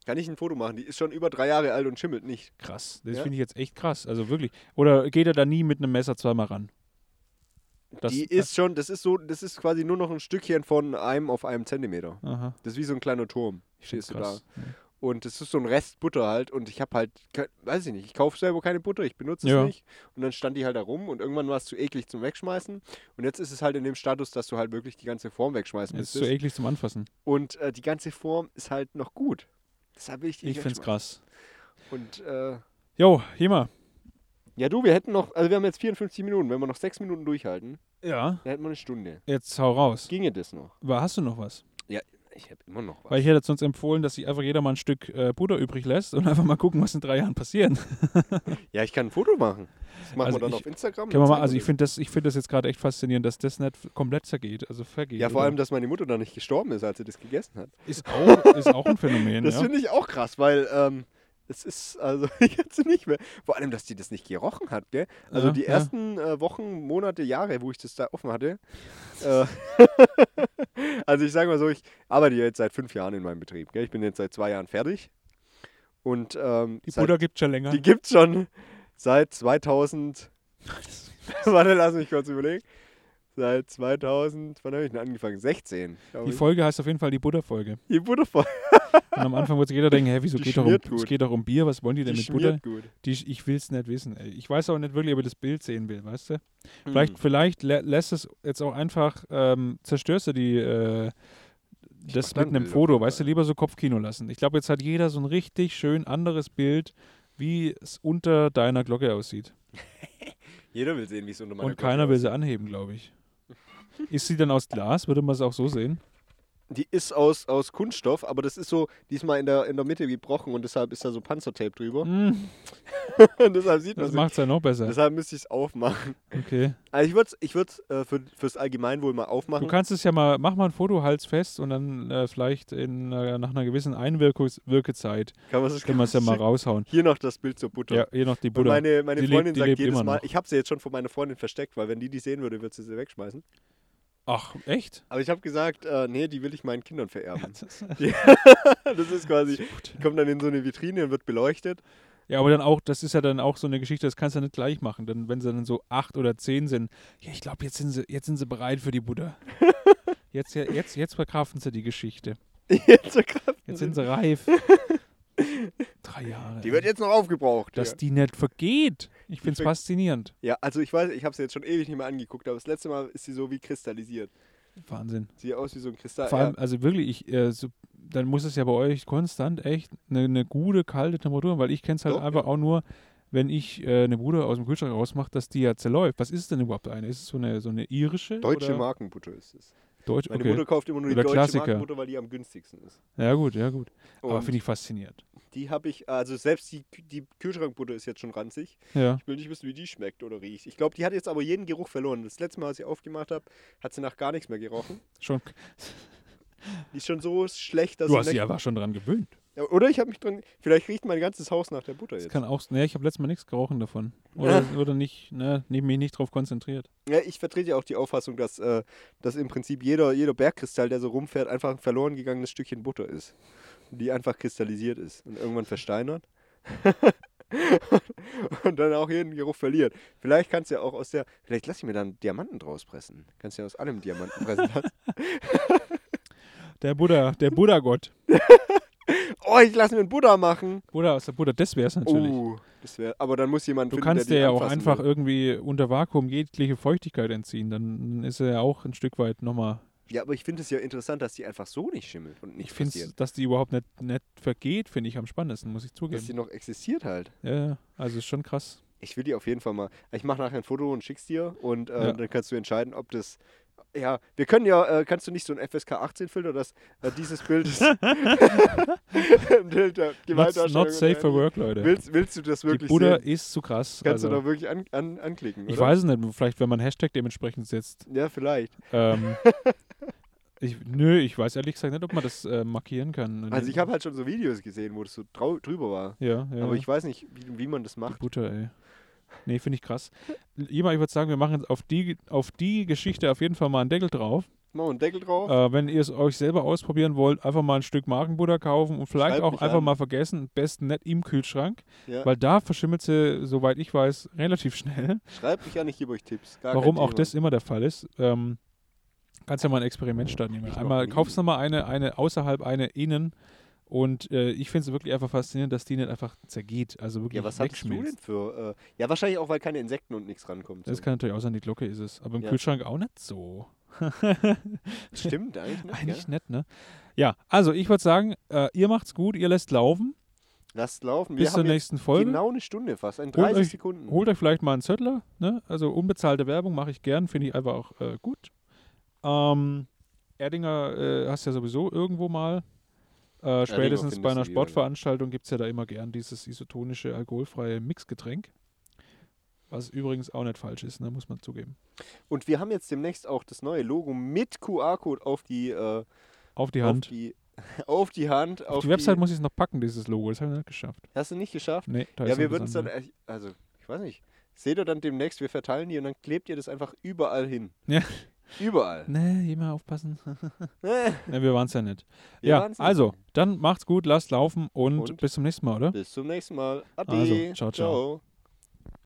A: Kann ich ein Foto machen? Die ist schon über drei Jahre alt und schimmelt nicht.
B: Krass. Das
A: Ja.
B: finde ich jetzt echt krass. Also wirklich. Oder geht er da nie mit einem Messer zweimal ran? Das-
A: die ist schon, das ist so, das ist quasi nur noch ein Stückchen von einem auf einem Zentimeter.
B: Aha.
A: Das ist wie so ein kleiner Turm. Stehst du da.
B: Krass. Ja.
A: Und das ist so ein Rest Butter halt. Und ich habe halt, ke- weiß ich nicht, ich kaufe selber keine Butter, ich benutze
B: Ja.
A: es nicht. Und dann stand die halt da rum und irgendwann war es zu eklig zum Wegschmeißen. Und jetzt ist es halt in dem Status, dass du halt wirklich die ganze Form wegschmeißen
B: Das ist
A: müsstest.
B: so eklig zum Anfassen.
A: und äh, die ganze Form ist halt noch gut. Deshalb will ich die
B: Ich
A: nicht
B: finde es krass.
A: wegschmeißen. Und äh,
B: Jo, Hema.
A: ja, du, wir hätten noch, also wir haben jetzt 54 Minuten. Wenn wir noch sechs Minuten durchhalten,
B: Ja.
A: dann hätten wir eine Stunde.
B: Jetzt hau raus.
A: Ginge das noch?
B: Aber hast du noch was?
A: Ja, Ich habe immer noch was.
B: Weil ich hätte sonst empfohlen, dass sich einfach jeder mal ein Stück äh, Puder übrig lässt und einfach mal gucken, was in drei Jahren passiert.
A: ja, ich kann ein Foto machen. Das machen
B: Also
A: wir dann
B: ich-
A: auf Instagram.
B: Können wir
A: dann
B: mal,
A: zeigen
B: also
A: wir
B: ich finde das, ich find das jetzt gerade echt faszinierend, dass das nicht komplett zergeht, also vergeht.
A: Ja, vor
B: oder?
A: allem, dass meine Mutter da nicht gestorben ist, als sie das gegessen hat.
B: Ist auch, ist auch ein Phänomen,
A: Das
B: ja.
A: finde ich auch krass, weil ähm, es ist, also ich kann sie nicht mehr. Vor allem, dass die das nicht gerochen hat, gell? Also
B: Ja,
A: die
B: ja.
A: ersten äh, Wochen, Monate, Jahre, wo ich das da offen hatte. Äh, also ich sage mal so, ich arbeite ja jetzt seit fünf Jahren in meinem Betrieb, gell? Ich bin jetzt seit zwei Jahren fertig. Und ähm,
B: Die
A: seit,
B: Buddha gibt es ja länger.
A: die gibt's schon seit 2000. Warte, lass mich kurz überlegen. Seit 2000, wann habe ich denn angefangen? 16. glaub
B: Die
A: ich.
B: Folge heißt auf jeden Fall die Buddha-Folge.
A: Die Butterfrau,
B: Und am Anfang wird sich jeder denken, hä, wieso
A: Die
B: geht doch um,
A: schmiert gut.
B: es geht doch um Bier, was wollen die
A: die
B: denn mit Buddha?
A: schmiert gut.
B: Die, ich will es nicht wissen. ey. Ich weiß auch nicht wirklich, ob ich das Bild sehen will,
A: Hm.
B: weißt du? Vielleicht, vielleicht lä lässt es jetzt auch einfach, ähm, zerstörst du die, äh, das
A: mach
B: mit
A: dann
B: einem
A: Bilder
B: Foto,
A: von
B: weißt du,
A: allem.
B: lieber so Kopfkino lassen. Ich glaube, jetzt hat jeder so ein richtig schön anderes Bild, wie es unter deiner Glocke aussieht.
A: Jeder will sehen, wie es unter meiner
B: Und keiner
A: Glocke
B: will sie anheben, glaube ich. Ist sie dann aus Glas? Würde man es auch so sehen?
A: aussieht. Die ist aus, aus Kunststoff, aber das ist so diesmal in der, in der Mitte gebrochen und deshalb ist da so Panzertape drüber.
B: Mm,
A: und deshalb sieht man
B: das
A: es. nicht.
B: macht es ja noch besser.
A: Deshalb müsste ich es aufmachen.
B: Okay.
A: Also ich würde es ich würd's, äh, für, fürs Allgemeinwohl mal aufmachen.
B: Du kannst es ja mal, mach mal ein Foto, halt's fest und dann äh, vielleicht in, äh, nach einer gewissen Einwirkezeit
A: kann man's-
B: können wir es ja mal raushauen.
A: Hier noch das Bild zur Butter.
B: Ja, je nach die
A: Und
B: Buddha.
A: meine, meine
B: Die lebt-
A: Freundin
B: die
A: sagt
B: lebt
A: jedes
B: immer
A: Mal,
B: noch.
A: ich habe sie jetzt schon von meiner Freundin versteckt, weil wenn die die sehen würde, würde sie sie wegschmeißen.
B: Ach, echt?
A: Aber ich habe gesagt, äh, nee, die will ich meinen Kindern vererben.
B: Das ist
A: Das ist quasi,
B: gut.
A: die kommt dann in so eine Vitrine und wird beleuchtet.
B: Ja, aber dann auch, das ist ja dann auch so eine Geschichte, das kannst du ja nicht gleich machen. Dann, wenn sie dann so acht oder zehn sind, ja, ich glaube, jetzt sind sie, jetzt sind sie bereit für die Buddha. Jetzt, ja- jetzt, jetzt verkraften sie die Geschichte.
A: Jetzt so krass.
B: Jetzt sind sie reif. Drei Jahre.
A: die wird jetzt noch aufgebraucht.
B: dass
A: ja.
B: die nicht vergeht. Ich finde es
A: ver-
B: faszinierend.
A: ja, also ich weiß, ich habe sie jetzt schon ewig nicht mehr angeguckt, aber das letzte Mal ist sie so wie kristallisiert.
B: Wahnsinn.
A: Sieht aus wie so ein Kristall.
B: Vor allem,
A: ja.
B: also wirklich, ich, äh, so, dann muss es ja bei euch konstant echt eine ne gute kalte Temperatur, haben, weil ich kenne es halt
A: Doch,
B: einfach auch nur, wenn ich äh, eine Bude aus dem Kühlschrank rausmache, dass die ja zerläuft. Was ist denn überhaupt eine? Ist es so eine, so eine irische?
A: Deutsche
B: oder?
A: Markenbutter ist es.
B: Deutsch,
A: Meine
B: okay.
A: Mutter kauft immer nur die
B: Oder
A: deutsche
B: Klassiker.
A: Markenbutter, weil die am günstigsten ist.
B: Ja gut, ja gut. Aber
A: Und
B: finde ich faszinierend.
A: die habe ich, also selbst die, die Kühlschrankbutter ist jetzt schon ranzig.
B: Ja.
A: Ich will nicht wissen, wie die schmeckt oder riecht. Ich glaube, die hat jetzt aber jeden Geruch verloren. Das letzte Mal, als ich aufgemacht habe, hat sie nach gar nichts mehr gerochen.
B: Schon,
A: Die ist schon so schlecht, dass
B: du hast
A: sie
B: dich aber schon dran gewöhnt.
A: Ja, Oder ich habe mich dran. Vielleicht riecht mein ganzes Haus nach der Butter
B: Das
A: jetzt.
B: kann auch, ne, ich habe letztes Mal nichts gerochen davon. Oder, oder nicht, ne, ne, mich nicht drauf konzentriert.
A: Ja, ich vertrete ja auch die Auffassung, dass, äh, dass im Prinzip jeder, jeder Bergkristall, der so rumfährt, einfach ein verloren gegangenes Stückchen Butter ist. Die einfach kristallisiert ist und irgendwann versteinert. und dann auch jeden Geruch verliert. Vielleicht kannst du ja auch aus der. Vielleicht lass ich mir dann Diamanten draus pressen. Kannst ja aus allem Diamanten pressen lassen.
B: Der Buddha, der Buddha-Gott.
A: oh, ich lasse mir einen Buddha machen.
B: Buddha aus der Buddha, das wäre es natürlich.
A: Oh, das wäre. Aber dann muss jemand
B: Du
A: finden,
B: kannst
A: der
B: dir
A: die
B: ja auch
A: anfassen
B: einfach
A: will.
B: irgendwie unter Vakuum jegliche Feuchtigkeit entziehen. Dann ist er ja auch ein Stück weit nochmal.
A: Ja, aber ich finde es ja interessant, dass die einfach so nicht schimmelt und nicht
B: Ich finde
A: passiert.
B: dass die überhaupt nicht, nicht vergeht, finde ich am spannendsten, muss ich
A: Dass die
B: zugeben.
A: noch existiert halt.
B: Ja, ja, also ist schon krass.
A: Ich will die auf jeden Fall mal. Ich mache nachher ein Foto und schick's dir und äh,
B: Ja.
A: dann kannst du entscheiden, ob das. Ja, wir können ja, äh, kannst du nicht so ein FSK 18 Filter, dass äh, dieses Bild ist. Bild der
B: Not,
A: Gewaltdarstellung
B: not safe
A: und-
B: for work, Leute.
A: Willst, willst du das
B: Die
A: wirklich
B: Buddha
A: sehen?
B: ist zu krass.
A: Kannst du
B: Also,
A: da wirklich an, an, anklicken?
B: ich
A: oder?
B: weiß es nicht, vielleicht wenn man Hashtag dementsprechend setzt.
A: Ja, vielleicht.
B: Ähm, ich, nö, ich weiß ehrlich gesagt nicht, ob man das äh, markieren kann.
A: Also ich habe halt schon so Videos gesehen, wo das so drau- drüber war.
B: Ja, ja.
A: Aber ich weiß nicht, wie, wie man das
B: Die
A: macht.
B: Butter, ey. Nee, finde ich krass. Jemand, ich würde sagen, wir machen jetzt auf die, auf die Geschichte auf jeden Fall mal einen Deckel drauf.
A: Machen wir einen Deckel drauf.
B: Äh, wenn ihr es euch selber ausprobieren wollt, einfach mal ein Stück Markenbutter kaufen und vielleicht
A: Schreibt
B: auch
A: mich
B: einfach
A: an.
B: mal vergessen, am besten nicht im Kühlschrank,
A: ja.
B: weil da verschimmelt sie, soweit ich weiß, relativ schnell.
A: Schreibt mich an, ich gebe euch Tipps. Gar kein
B: Warum auch
A: Thema.
B: das immer der Fall ist. Ähm, kannst ja mal ein Experiment starten. Emil.
A: Ich noch
B: Einmal
A: nie.
B: kaufst du mal eine, eine außerhalb, eine innen. Und äh, ich finde es wirklich einfach faszinierend, dass die nicht einfach zergeht. Also wirklich
A: Ja, was hast du denn
B: wegschmilzt.
A: für. Äh, ja, wahrscheinlich auch, weil keine Insekten und nichts rankommt.
B: Das
A: So.
B: kann natürlich auch sein, die Glocke ist es. Aber im
A: Ja.
B: Kühlschrank auch nicht so.
A: Stimmt eigentlich. Nicht, gell?
B: Eigentlich nett, ne? Ja, also ich würde sagen, äh, ihr macht's gut, ihr lässt laufen.
A: Lasst laufen. Wir
B: Bis zur
A: haben jetzt
B: nächsten Folge.
A: genau eine Stunde fast. In
B: Holt
A: 30
B: euch-
A: Sekunden.
B: Holt euch vielleicht mal einen Zettler. Ne? Also unbezahlte Werbung mache ich gern, finde ich einfach auch äh, gut. Ähm, Erdinger äh, hast ja sowieso irgendwo mal. Äh, spätestens bei
A: findest
B: einer
A: du überall.
B: Sportveranstaltung gibt es ja da immer gern dieses isotonische, alkoholfreie Mixgetränk. Was übrigens auch nicht falsch ist, ne? muss man zugeben.
A: Und wir haben jetzt demnächst auch das neue Logo mit QR-Code auf die, äh,
B: Auf die
A: auf
B: Hand.
A: die, auf die Hand.
B: Auf die Website muss ich es noch packen, dieses Logo. Das habe ich nicht geschafft.
A: Hast du nicht geschafft?
B: Nee, da
A: ja,
B: ist
A: wir
B: noch
A: würden
B: das
A: es dann,
B: andere.
A: echt- also, ich weiß nicht. Seht ihr dann demnächst, wir verteilen die und dann klebt ihr das einfach überall hin.
B: Ja.
A: Überall.
B: Nee, immer aufpassen.
A: Wir
B: nee, wir waren es ja nicht. ja,
A: waren's nicht.
B: also, dann macht's gut, lasst laufen und,
A: Und?
B: bis zum nächsten Mal, oder?
A: Bis zum nächsten Mal. Ade.
B: Also, ciao, ciao.
A: ciao.